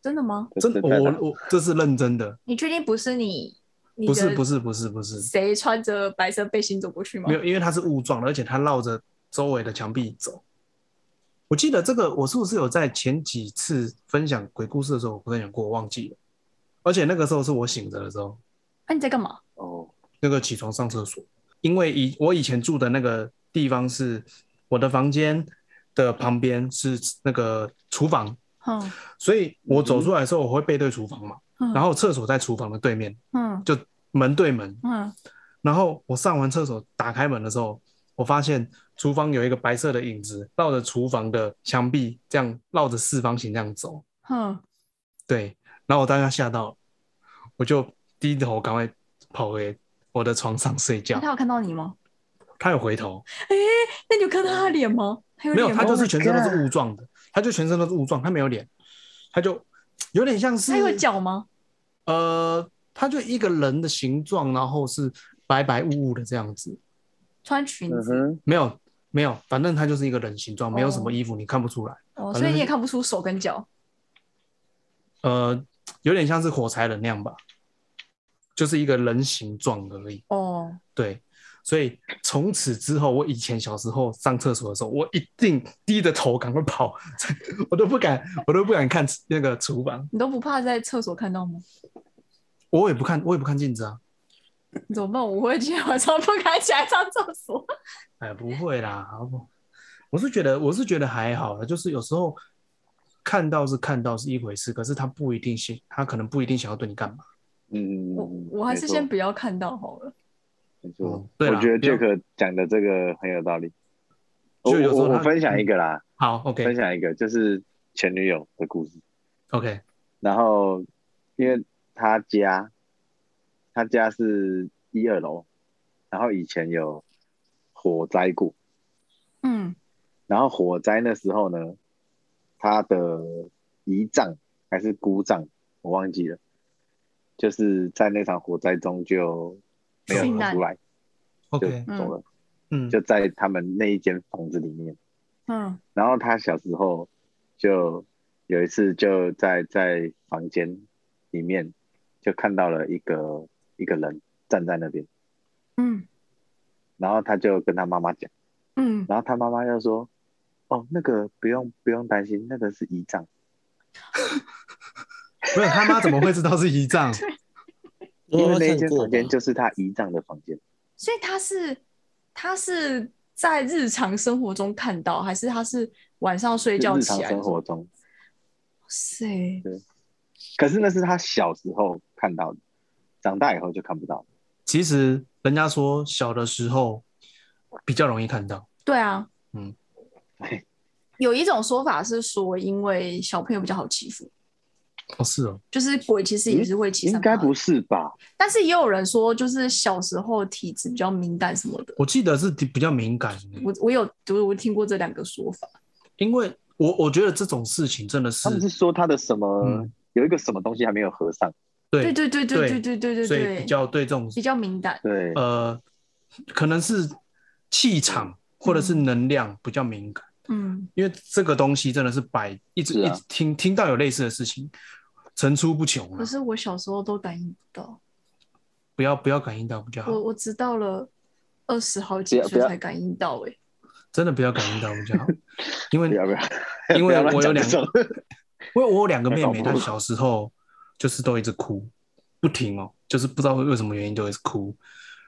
真的吗？真这我我我这是认真的，你确定不是你？你不是的不是不是不是，谁穿着白色背心走过去吗？没有，因为它是雾状的，而且它绕着周围的墙壁走。我记得这个，我是不是有在前几次分享鬼故事的时候，我分享过，我忘记了。而且那个时候是我醒着的时候，那、啊你在干嘛？哦，那个起床上厕所，因为以我以前住的那个地方是我的房间的旁边是那个厨房，嗯所以我走出来的时候我会背对厨房嘛，嗯，然后厕所在厨房的对面，嗯就门对门，嗯，然后我上完厕所打开门的时候，我发现厨房有一个白色的影子绕着厨房的墙壁这样绕着四方形这样走。嗯，对，然后我当下吓到了，我就低头赶快跑回我的床上睡觉那他。有看到你吗？他有回头，那你有看到他的脸吗？还有没有，脸，Oh 他吗就是全身都是雾状的，他就全身都是雾状，他没有脸，他就有点像是他有脚吗？呃，他就一个人的形状，然后是白白雾雾的这样子。穿裙嗯子、哼，没有没有，反正它就是一个人形状，没有什哦么衣服，你看不出来。哦，反所以正你也是看不出手跟脚。呃，有点像是火柴人那样吧，就是一个人形状而已。哦，对，所以从此之后，我以前小时候上厕所的时候，我一定低着头赶快跑， 我都不敢，我都不敢看那个厨房，你都不怕在厕所看到吗？我也不看，我也不看镜子啊。你怎么办？我会今天晚上不敢起来上厕所。哎，不会啦，好不好？我是觉得，我是觉得还好了，就是有时候看到是看到是一回事，可是他不一定信，他可能不一定想要对你干嘛。嗯，我我还是先不要看到好了。没错嗯，对啦我觉得不要 Jack 讲的这个很有道理。我就有时候我我他分享一个啦，好，OK，分享一个就是前女友的故事。 OK，然后因为他家，他家是一二楼，然后以前有火灾过，嗯然后火灾那时候呢，他的姨丈还是姑丈，我忘记了，就是在那场火灾中就没有殉活难出来，就 OK，走了，嗯，就在他们那一间房子里面。嗯然后他小时候就有一次就在在房间里面就看到了一个一个人站在那边，嗯然后他就跟他妈妈讲，嗯，然后他妈妈就说：“哦，那个不用不用担心，那个是遗仗。不是他妈怎么会知道是遗仗？因为那看间过房间吧就是他遗仗的房间，所以他是他是在日常生活中看到，还是他是晚上睡觉日起常来的时生候？活哇中。塞，可是那是他小时候看到的，长大以后就看不到了。其实人家说小的时候比较容易看到，对啊，嗯，哎有一种说法是说，因为小朋友比较好欺负，哦是哦，就是鬼其实也是会欺应善该怕不恶，是吧？但是也有人说，就是小时候体质比较敏感什么的。我记得是比较敏感的，我我有就是我听过这两个说法，因为我我觉得这种事情真的是他们是说他的什么、嗯有一个什么东西还没有合上，对对对对对对对对对所对，以比较对这种比较敏感，对，呃，可能是气场或者是能量比较敏感，嗯因为这个东西真的是百一直是一啊直听听到有类似的事情，层出不穷可了。是我小时候都感应不到，不要不要感应到比较好我，我直到了二十好几不要岁不要才感应到、欸，真的不要感应到比 较好，因为不要不要， 因为不要乱我有讲两这个种，因为我有两个妹妹，太恐怖她了小时候就是都一直哭，不停哦，就是不知道为什么原因都一直哭。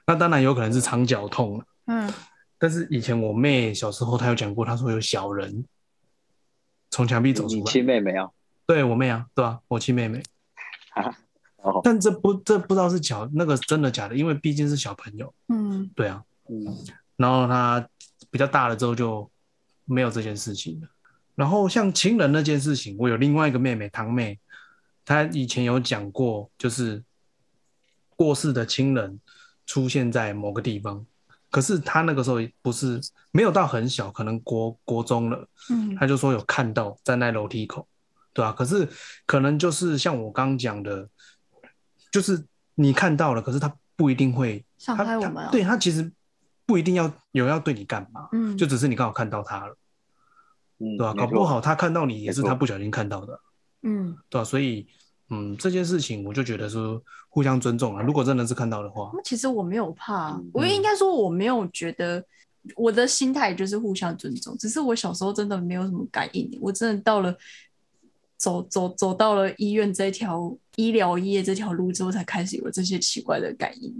那当然有可能是肠绞痛了，嗯，但是以前我妹小时候她有讲过，她说有小人从墙壁走出你来亲。妹妹啊，对我妹啊，对啊，我亲妹妹。啊 哦但这不这不知道是假那个真的假的，因为毕竟是小朋友。嗯对啊，嗯，然后她比较大了之后就没有这件事情了。然后像亲人那件事情，我有另外一个妹妹堂妹，她以前有讲过，就是过世的亲人出现在某个地方，可是她那个时候不是没有到很小，可能国国中了。嗯他就说有看到站在楼梯口，对吧、可是可能就是像我刚讲的，就是你看到了，可是他不一定会伤他害我他们啊对他其实不一定要有要对你干嘛，嗯，就只是你刚好看到他了，嗯，对吧、没搞错不好他看到你也是没错他不小心看到的，嗯对吧、所以嗯，这件事情我就觉得说互相尊重啊，如果真的是看到的话，那其实我没有怕，啊嗯我嗯应该说我没有觉得我的心态就是互相尊重，只是我小时候真的没有什么感应，我真的到了走走走到了医院这条医疗业这条路之后，才开始有了这些奇怪的感应。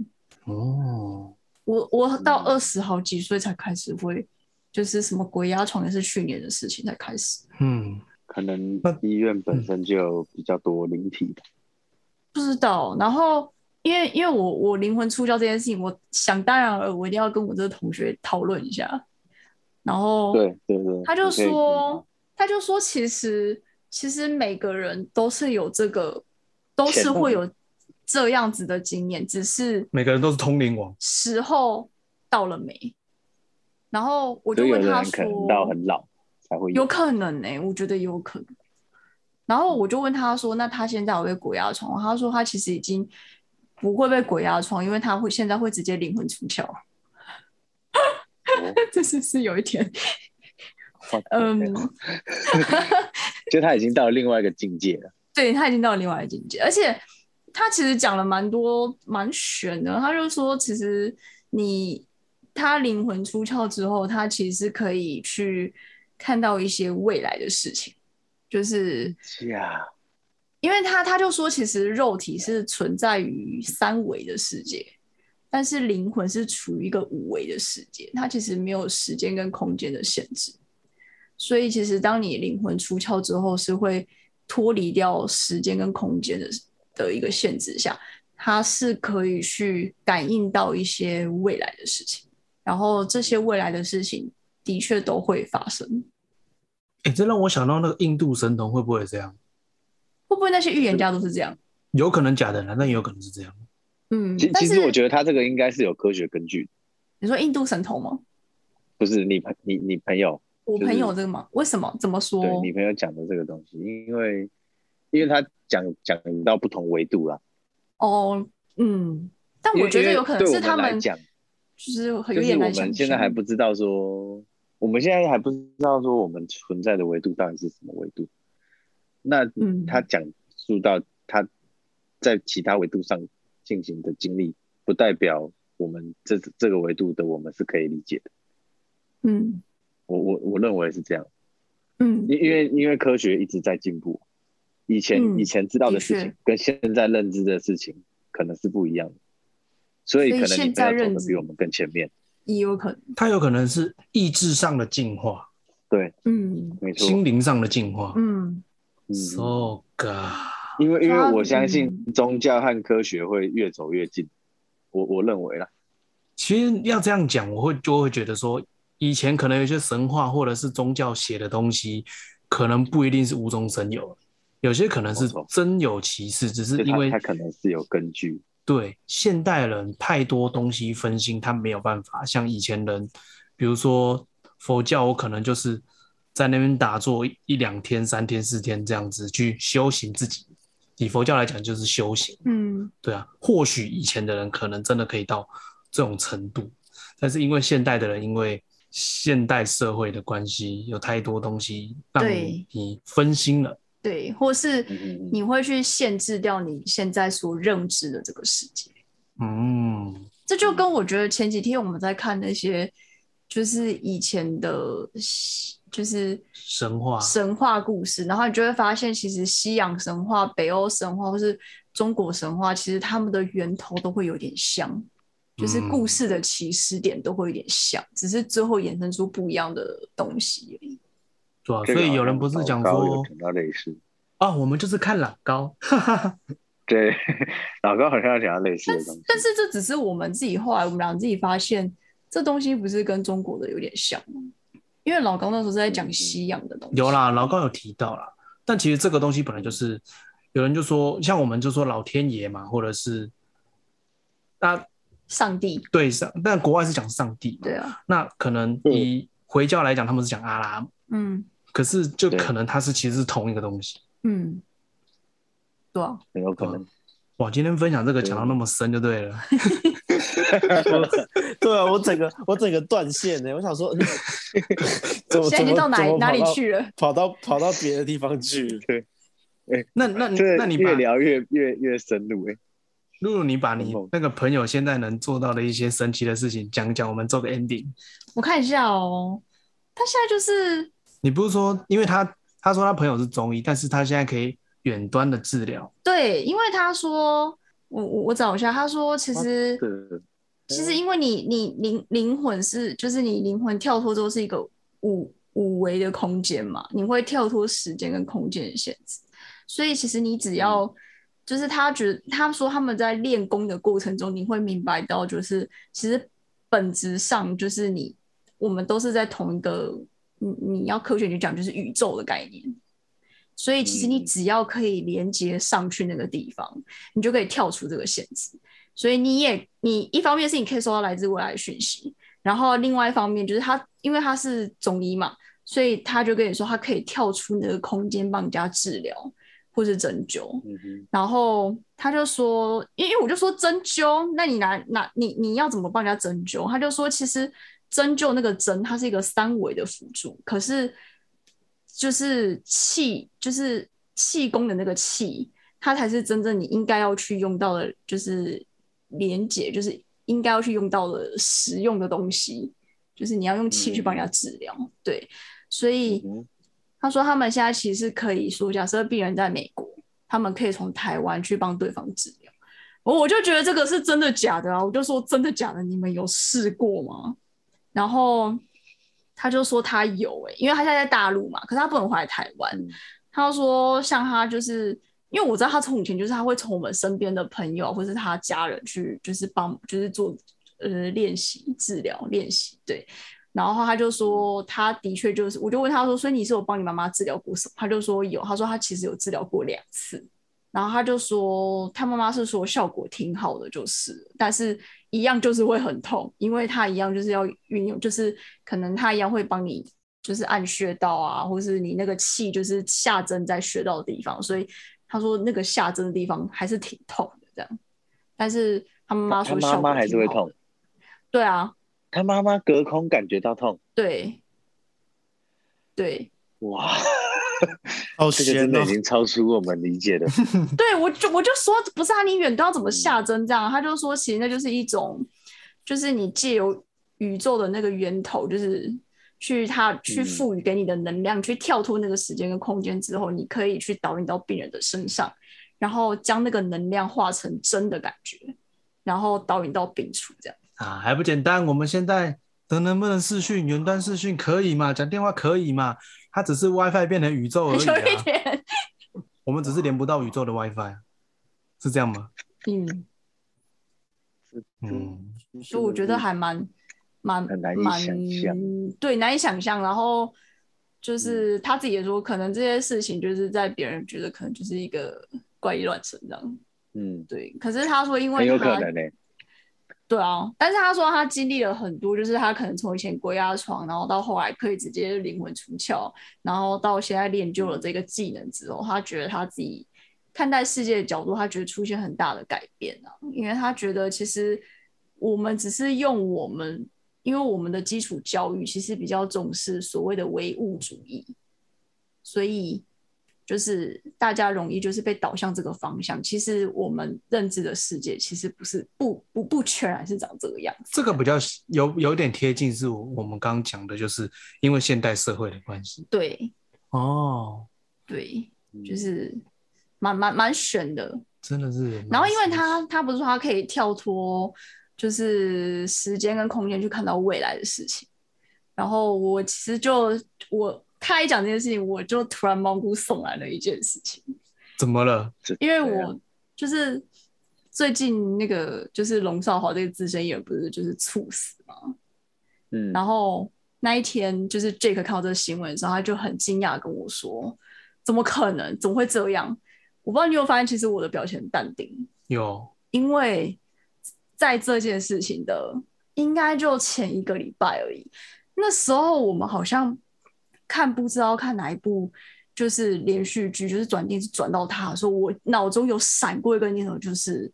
哦，我我到嗯二十好几岁才开始会，就是什么鬼压床也是去年的事情才开始，嗯，可能那医院本身就有比较多灵体吧，不知道。然后因为因为我我灵魂出窍这件事情，我想当然了，我一定要跟我这个同学讨论一下。然嗯后对对对，他就你可以说，他就说，其实其实每个人都是有这个，都是潜力会有这样子的经验，只是每个人都是通灵王，时候到了没。然后我就就有问的他人说，可能到很老才会有可能呢、欸我觉得有可能。然后我就问他说：“那他现在有被鬼压床吗？”他说：“他其实已经不会被鬼压床，因为他会现在会直接灵魂出窍。 这是是有一点，嗯，就他已经到了另外一个境界了，对他已经到了另外一个境界，而且他其实讲了蛮多蛮玄的。他就说，其实你他灵魂出窍之后，他其实可以去看到一些未来的事情，就是呀，因为他他就说，其实肉体是存在于三维的世界，但是灵魂是处于一个五维的世界，它其实没有时间跟空间的限制。所以，其实当你灵魂出窍之后，是会脱离掉时间跟空间的的一个限制下，它是可以去感应到一些未来的事情，然后这些未来的事情的确都会发生。哎、这让我想到那个印度神童会不会这样？会不会那些预言家都是这样？有可能假的啦，但也有可能是这样。嗯，其但其实是我觉得他这个应该是有科学根据的，你说印度神童吗？不是你朋你你朋友我就朋是友这个吗？为什么？怎么说？对你朋友讲的这个东西，因为因为他讲讲到不同维度啦，哦，嗯，但因我为觉因得为有可能对我是他们来们讲就是有就是点我难想们现在象还不知道说，我们现在还不知道说我们存在的维度到底是什么维度。那嗯他讲述到他在其他维度上进行的经历，不代表我们这这个维度的我们是可以理解的。嗯我我我认为是这样，嗯因因为因为科学一直在进步，以前、嗯以前知道的的事情确跟现在认知的事情可能是不一样的，所以所以可能你现在朋友走认的知比我们更前面。也有可能，它有可能是意志上的进化，对，嗯没错。心灵上的进化。嗯 So god，因为因为我相嗯信宗教和科学会越走越近，我我认为啦，其实要这样讲，我会就会觉得说，以前可能有一些神话或者是宗教写的东西，可能不一定是无中生有，有些可能是没错真有其事，只是就因它为它可能是有根据，对现代人太多东西分心，他没有办法像以前人，比如说佛教，我可能就是在那边打坐一一两天、三天、四天这样子去修行自己。以佛教来讲，就是修行。嗯对啊，或许以前的人可能真的可以到这种程度，但是因为现代的人，因为现代社会的关系，有太多东西让对你分心了。对，或是嗯嗯你会去限制掉你现在所认知的这个世界。嗯，这就跟我觉得前几天我们在看那些，就是以前的西，就是神话神话故事，然后你就会发现，其实西洋神话、北欧神话或是中国神话，其实他们的源头都会有点像，就是故事的起始点都会有点像，只是最后衍生出不一样的东西而已。对啊，这个所以好有人像不是老讲高说有讲到类似，啊，我们就是看老高， 哈哈哈。对，老高好像有讲到类似的东西，但是这只是我们自己后来我们俩自己发现，这东西不是跟中国的有点像吗？因为老高那时候是在讲西洋的东西，有啦，老高有提到啦。但其实这个东西本来就是，有人就说，像我们就说老天爷嘛，或者是那上帝，对上，但国外是讲上帝嘛对，啊，那可能以回教来讲，他们是讲阿拉姆，嗯可是就对可能它是其实是同一个东西。嗯，对啊，很有可哦能。哇，今天分享这个讲到那么深就对了， 对啊，我整个我整个断线呢、我想说，嗯怎么现在已经到哪哪里？去了？ 怎么怎么跑到跑到跑到别的地方去？那那你这那你把越聊嗯越越越深入哎、露露，你把你很猛那个朋友现在能做到的一些神奇的事情讲一讲，我们做个 ending。我看一下哦，他现在就是你不是说，因为他他说他朋友是中医，但是他现在可以远端的治疗，对，因为他说，我我我找一下，他说其实对其实因为你你灵灵魂是就是你灵魂跳脱之后是一个五五维的空间嘛，你会跳脱时间跟空间的限制，所以其实你只要、就是他觉得他说他们在练功的过程中，你会明白到就是其实本质上就是你我们都是在同一个你你要科学去讲就是宇宙的概念。所以其实你嗯只要可以连接上去那个地方，你就可以跳出这个限制。所以你也你一方面是你可以收到来自未来的讯息，然后另外一方面就是他，因为他是中医嘛，所以他就跟你说他可以跳出你的空间帮人家治疗或是针灸。嗯哼，然后他就说，因为因为我就说针灸，那你拿拿你你要怎么帮人家针灸？他就说，其实针灸那个针，它是一个三维的辅助，可是就是气，就是气功的那个气，它才是真正你应该要去用到的，就是连接，就是应该要去用到的实用的东西，就是你要用气去帮人家治疗。对，所以嗯哼他说他们现在其实可以说，假设病人在美国，他们可以从台湾去帮对方治疗。哦我我就觉得这个是真的假的啊！我就说真的假的，你们有试过吗？然后他就说他有欸诶、因为他现在在大陆嘛，可是他不能回来台湾。嗯他说像他就是因为我知道他从以前就是他会从我们身边的朋友或是他家人去就是帮就是做呃练习治疗练习对，然后他就说他的确就是我就问他说所以你是有帮你妈妈治疗过什么？他就说有，他说他其实有治疗过两次。然后他就说，他妈妈是说效果挺好的，就是，但是一样就是会很痛，因为他一样就是要运用，就是可能他一样会帮你就是按穴道啊，或是你那个气就是下针在穴道的地方，所以他说那个下针的地方还是挺痛的这样。但是他妈妈他说妈效果妈还是挺会好的痛，对啊，他妈妈隔空感觉到痛，对，对，哇，好这个悬真的哦已！经超出我们理解 的。对我就我就说，不是啊，你远端怎么下针这样？他就说，其实那就是一种，就是你借由宇宙的那个源头，就是去它去嗯赋予给你的能量，去跳脱那个时间跟空间之后，你可以去导引到病人的身上，然后将那个能量化成真的感觉，然后导引到病处这样。啊，还不简单？我们现在能能不能视讯？远端视讯可以嘛？讲电话可以嘛？它只是 WiFi 变成宇宙 而已、有一啊，点，我们只是连不到宇宙的 WiFi，是啊这样吗？嗯，嗯，所以我觉得还蛮蛮很难以蛮想象对，难以想象。然后就是嗯他自己也说，可能这些事情就是在别人觉得可能就是一个怪异乱神这样。嗯，对，可是他说，因很为有他可能欸呢、对啊，但是他说他经历了很多，就是他可能从以前鬼压床，然后到后来可以直接灵魂出窍，然后到现在练就了这个技能之后，他觉得他自己看待世界的角度，他觉得出现很大的改变啊，因为他觉得其实我们只是用我们，因为我们的基础教育其实比较重视所谓的唯物主义，所以就是大家容易就是被导向这个方向。其实我们认知的世界其实不是不不不全然是长这个样子。这个比较有有点贴近，是我我们刚刚讲的，就是因为现代社会的关系。对哦，对，就是蛮蛮蛮悬的。真的是。然后因为他他不是说他可以跳脱就是时间跟空间去看到未来的事情，然后我其实就我他一讲这件事情，我就突然毛骨悚然的一件事情。怎么了？这因为对啊我就是最近那个就是龙少华这个资深艺人不是就是猝死嘛，嗯，然后那一天就是 Jake 看到这个新闻的时候，他就很惊讶地跟我说：“怎么可能？怎么会这样？”我不知道你有没有发现，其实我的表情很淡定，有因为在这件事情的应该就前一个礼拜而已。那时候我们好像看不知道看哪一部，就是连续剧，就是转电视转到他的时候，我脑中有闪过一个念头，就是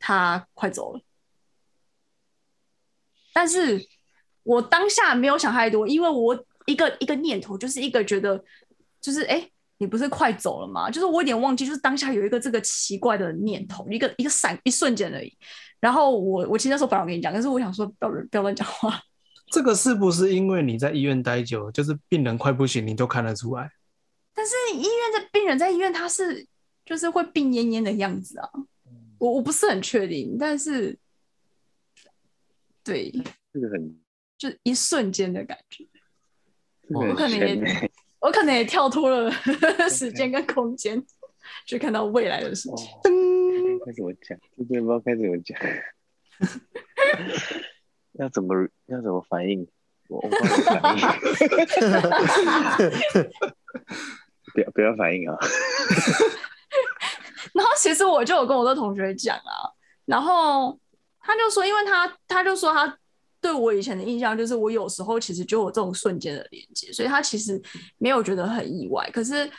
他快走了。但是我当下没有想太多，因为我一个一个念头就是一个觉得，就是哎、诶你不是快走了吗？就是我有点忘记，就是当下有一个这个奇怪的念头，一个一个闪一瞬间而已。然后我我其实那时候本来我跟你讲，但是我想说不要不要乱讲话， 这个是不是因为你在医院待久，就是病人快不行，你都看得出来？但是医院在病人在医院，他是就是会病恹恹的样子啊，我我不是很确定，但是对，这个很，就一瞬间的感觉，这哦个我可很欸能悬呢、也我可能也跳脱了 时间跟空间，去看到未来的事情。哦，该怎么讲？这真的不知道该怎么讲， 要怎么要怎么反应？我我不知道怎么反应， 不要不要反应啊！然后其实我就有跟我的同学讲啊，然后他就说，因为他他就说他对我以前的印象就是我有时候其实就有这种瞬间的连接，所以他其实没有觉得很意外。可是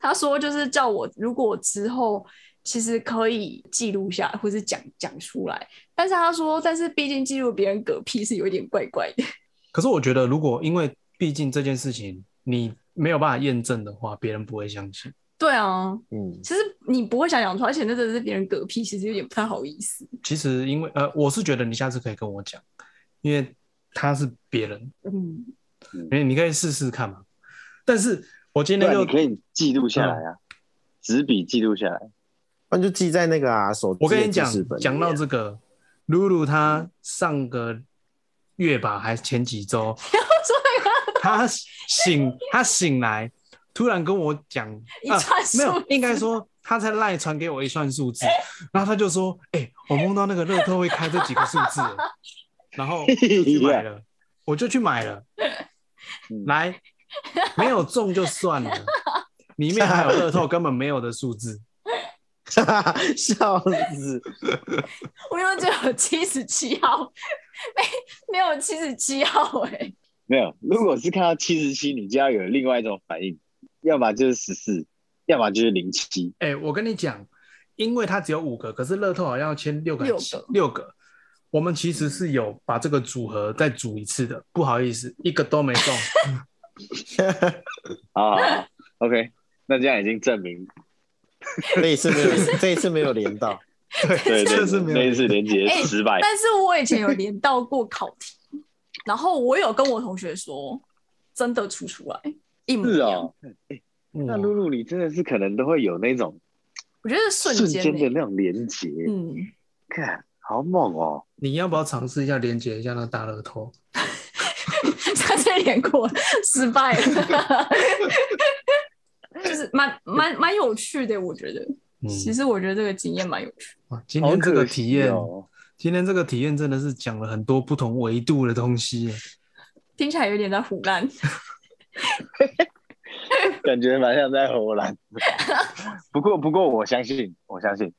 他说就是叫我，如果我之后其实可以记录下来或是讲讲出来，但是他说，但是毕竟记录别人嗝屁是有一点怪怪的。 可是我觉得，如果因为毕竟这件事情你没有办法验证的话，别人不会相信。对啊，嗯，其实你不会想讲出来，而且那真的是别人嗝屁，其实有点不太好意思。其实因为呃，我是觉得你下次可以跟我讲，因为他是别人， 嗯，你你可以试试看嘛。但是我今不天然又啊你可以记录下来嗯啊，纸笔记录下来。不然就记在那个啊 手机的我跟你讲记事本里啊讲面到这个，露露她上个月吧，还前几周，她醒她醒来，突然跟我讲，一啊串数没有字，应该说她在赖传给我一串 数字，然后她就说，哎、我梦到那个乐透会开这几个数 字了，然 后我就去买了，我就去买了，嗯来，没有中就算了，里面还有乐 透根本没有的数字。笑死，我又只有七十七号，没没有七十七号哎、没有，如果是看到七十七，你就要有另外一种反应，要么就是十四，要么就是零七。哎、我跟你讲，因为它只有五个，可是乐透好像要签六个还是七，六个六个，我们其实是有把这个组合再组一次的，不好意思，一个都没 中。啊，OK，那这样已经证明，这一次没有，这一次没有连到。对 对这是没对，有那一次连接哎失败。但是我以前有连到过考题，然后我有跟我同学说，真的出出来一模一是样，哦，那露露你真的是可能都会有那种我觉得是瞬瞬间间的欸那种连接，嗯， 看好猛哦！你要不要尝试一下连接一下那大乐透？他这连过失败了，就是蛮蛮蛮有趣的，我觉得。嗯，其实我觉得这个经验蛮有趣的，哇，今好天这可个惜体验，哦，今天这个体验真的是讲了很多不同维度的东西。听起来有点在胡乱。感觉蛮像在荷兰。 不过不过我相信，我相信，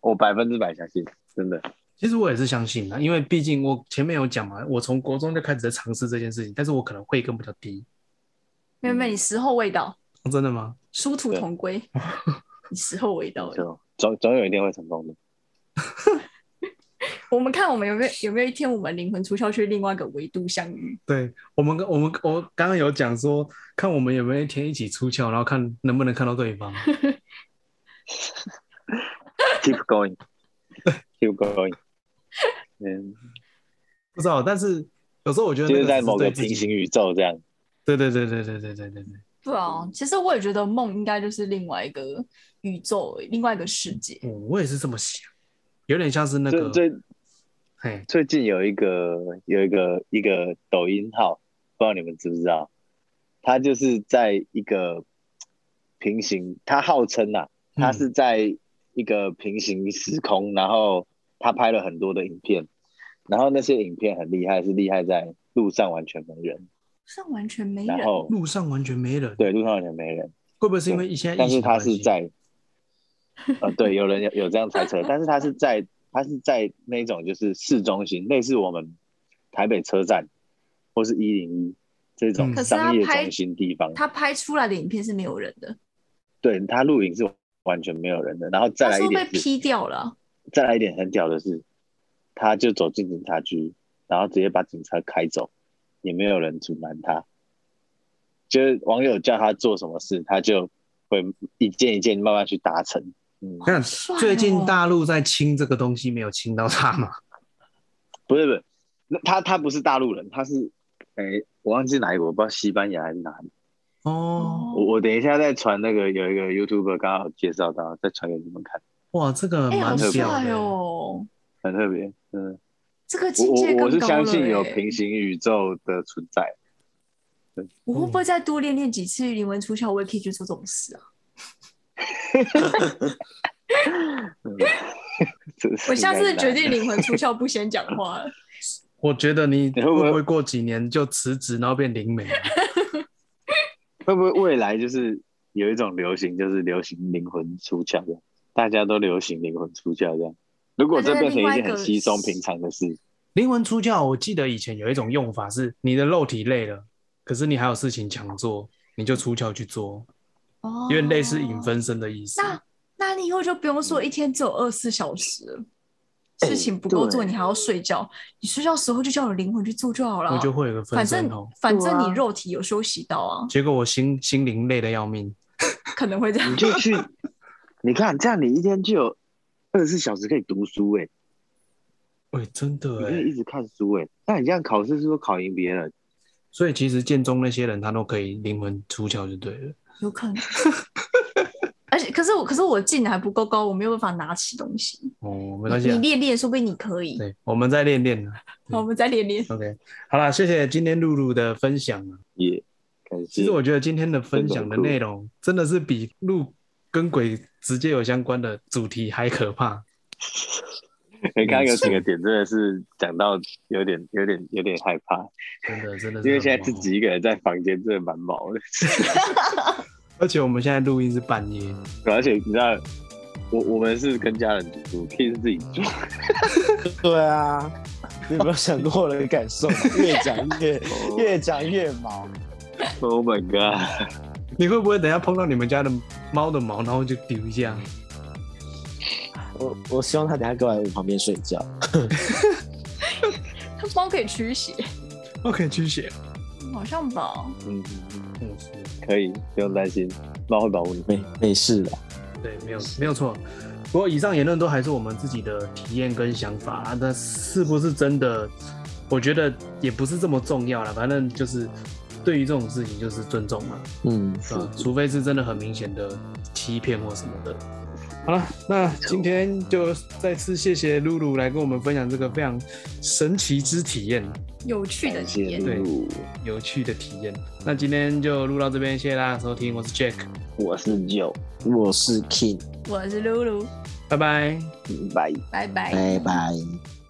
我百分之百相信，真的。其实我也是相信的，因为毕竟我前面有讲嘛，我从国中就开始在尝试这件事情，但是我可能会更比较低。妹妹，你时候未到，哦真的吗？殊途同归，你时候未到了。就总总有一天会成功的。 我们看我们有没有有没有一天，我们灵魂出窍去另外一个维度相遇。对我们跟，我们我刚刚有讲说，看我们有没有一天一起出窍，然后看能不能看到对 方。 Keep going, keep going。嗯，不知道，但是有时候我觉得就那是个在只某个对自己平行宇宙这样。对对对对对对对对对，对啊，其实我也觉得梦应该就是另外一个宇宙而已，另外一个世界。我我也是这么想，有点像是那最个，最嘿，最近有一个有一个一个抖音号，不知道你们知不知道？他就是在一个平行，他号称啊，嗯他是在一个平行时空，然后他拍了很多的影片，然后那些影片很厉害，是厉害在路上完全没人，上完全没人然，后路上完全没人，，对路上完全没人，会不会是因为现在但疫情的是他关系？是在，呃，对，有人有有这样猜测，但是他是在他是在那种就是市中心，类似我们台北车站或是一零一这种嗯可是他商业拍中心地方，他拍出来的影片是没有人的，对他录影是完全没有人的。然后再他来是一不是点被是， P 掉了啊、再来一点很屌的是，他就走进警察局，然后直接把警察开走，也没有人阻拦他。就是网友叫他做什么事，他就会一件一件慢慢去达成。嗯，看帅最哦近大陆在清这个东西，没有清到他哦嘛？不是不是，那他他不是大陆人，他是，哎、我忘记哪一国，我不知道西班牙还是哪里。哦，我我等一下再传那个有一个 YouTuber 刚好介绍到，再传给你们看，哇，这个哎、好蛮屌帅的，哦！很特别。嗯，这个境我界更高我了、我是相信有哎平行宇宙的存在，我会不嗯会再多练练几次灵魂出窍，我也可以去做这种事啊？这是我下次应该决的定灵魂出窍不先讲话 了。我觉得你你会会不会不会过几年就辞职，然后变灵媒啊？会不会未来就是有一种流行，就是流行灵魂出窍这样，大家都流行灵魂出窍这样。如果这变成一件很稀松平常的事，灵魂出窍，我记得以前有一种用法是，你的肉体累了，可是你还有事情想做，你就出窍去做，哦有点类似影。分身的意思。那那你以后就不用嗯说一天只有二十四小时了，哎事情不够做，对你还要睡觉。你睡觉的时候就叫你灵魂去做就好了。我就会有个反分身正哦。反正你肉体有休息到啊，结果我心心灵累得要命，可能会这样你。就去， 你看这样，你一天就有二十四小时可以读书哎、喂，真的你可嗯以一哎。直看书哎、那你这样考试是不是考赢别人？所以其实建中那些人他都可以灵魂出窍就对了。有可能。而且，可是我，可是我进的还不够高，我没有办法拿起东西。哦，没关系、你啊你，练练，说不定你可以。对，我们再练练啊。好，我们再练练。 OK，好啦，谢谢今天露露的分享啊。也感谢。其实我 觉得今天的分享的内容真的是比录跟鬼直接有相关的主题还可怕。你刚刚有几个点真的是讲到有点、有点、有点害怕，真的真的是，因为现在自，己一个人在房间真的蛮毛的。 而且我们现在录音是半夜，而且你知道，我我们是跟家人住，K 是自己住， 对啊，你有没有想过我的感受？越讲越哦越讲越毛。 Oh my god！你会不会等一下碰到你们家的猫的毛，然后就丢一下？我我希望他等下过来我旁边睡觉。猫可以驱邪，我哦可以驱邪，好像吧？嗯，嗯，是可以，不用担心，猫会保护你。没没事的。对，没有没有错。不过以上言论都还是我们自己的体验跟想法啊，那是不是真的？我觉得也不是这么重要了，反正就是对于这种事情就是尊重嘛。嗯，是啊吧？除非是真的很明显的欺骗或什么的。好了，那今天就再次谢谢露露来跟我们分享这个非常神奇之体验，有趣的感体谢验，对露露，有趣的体验。那今天就录到这边，谢谢大家收听，我是 Jack，我是九，我是 King，我是露露，拜拜。拜。拜拜。拜拜。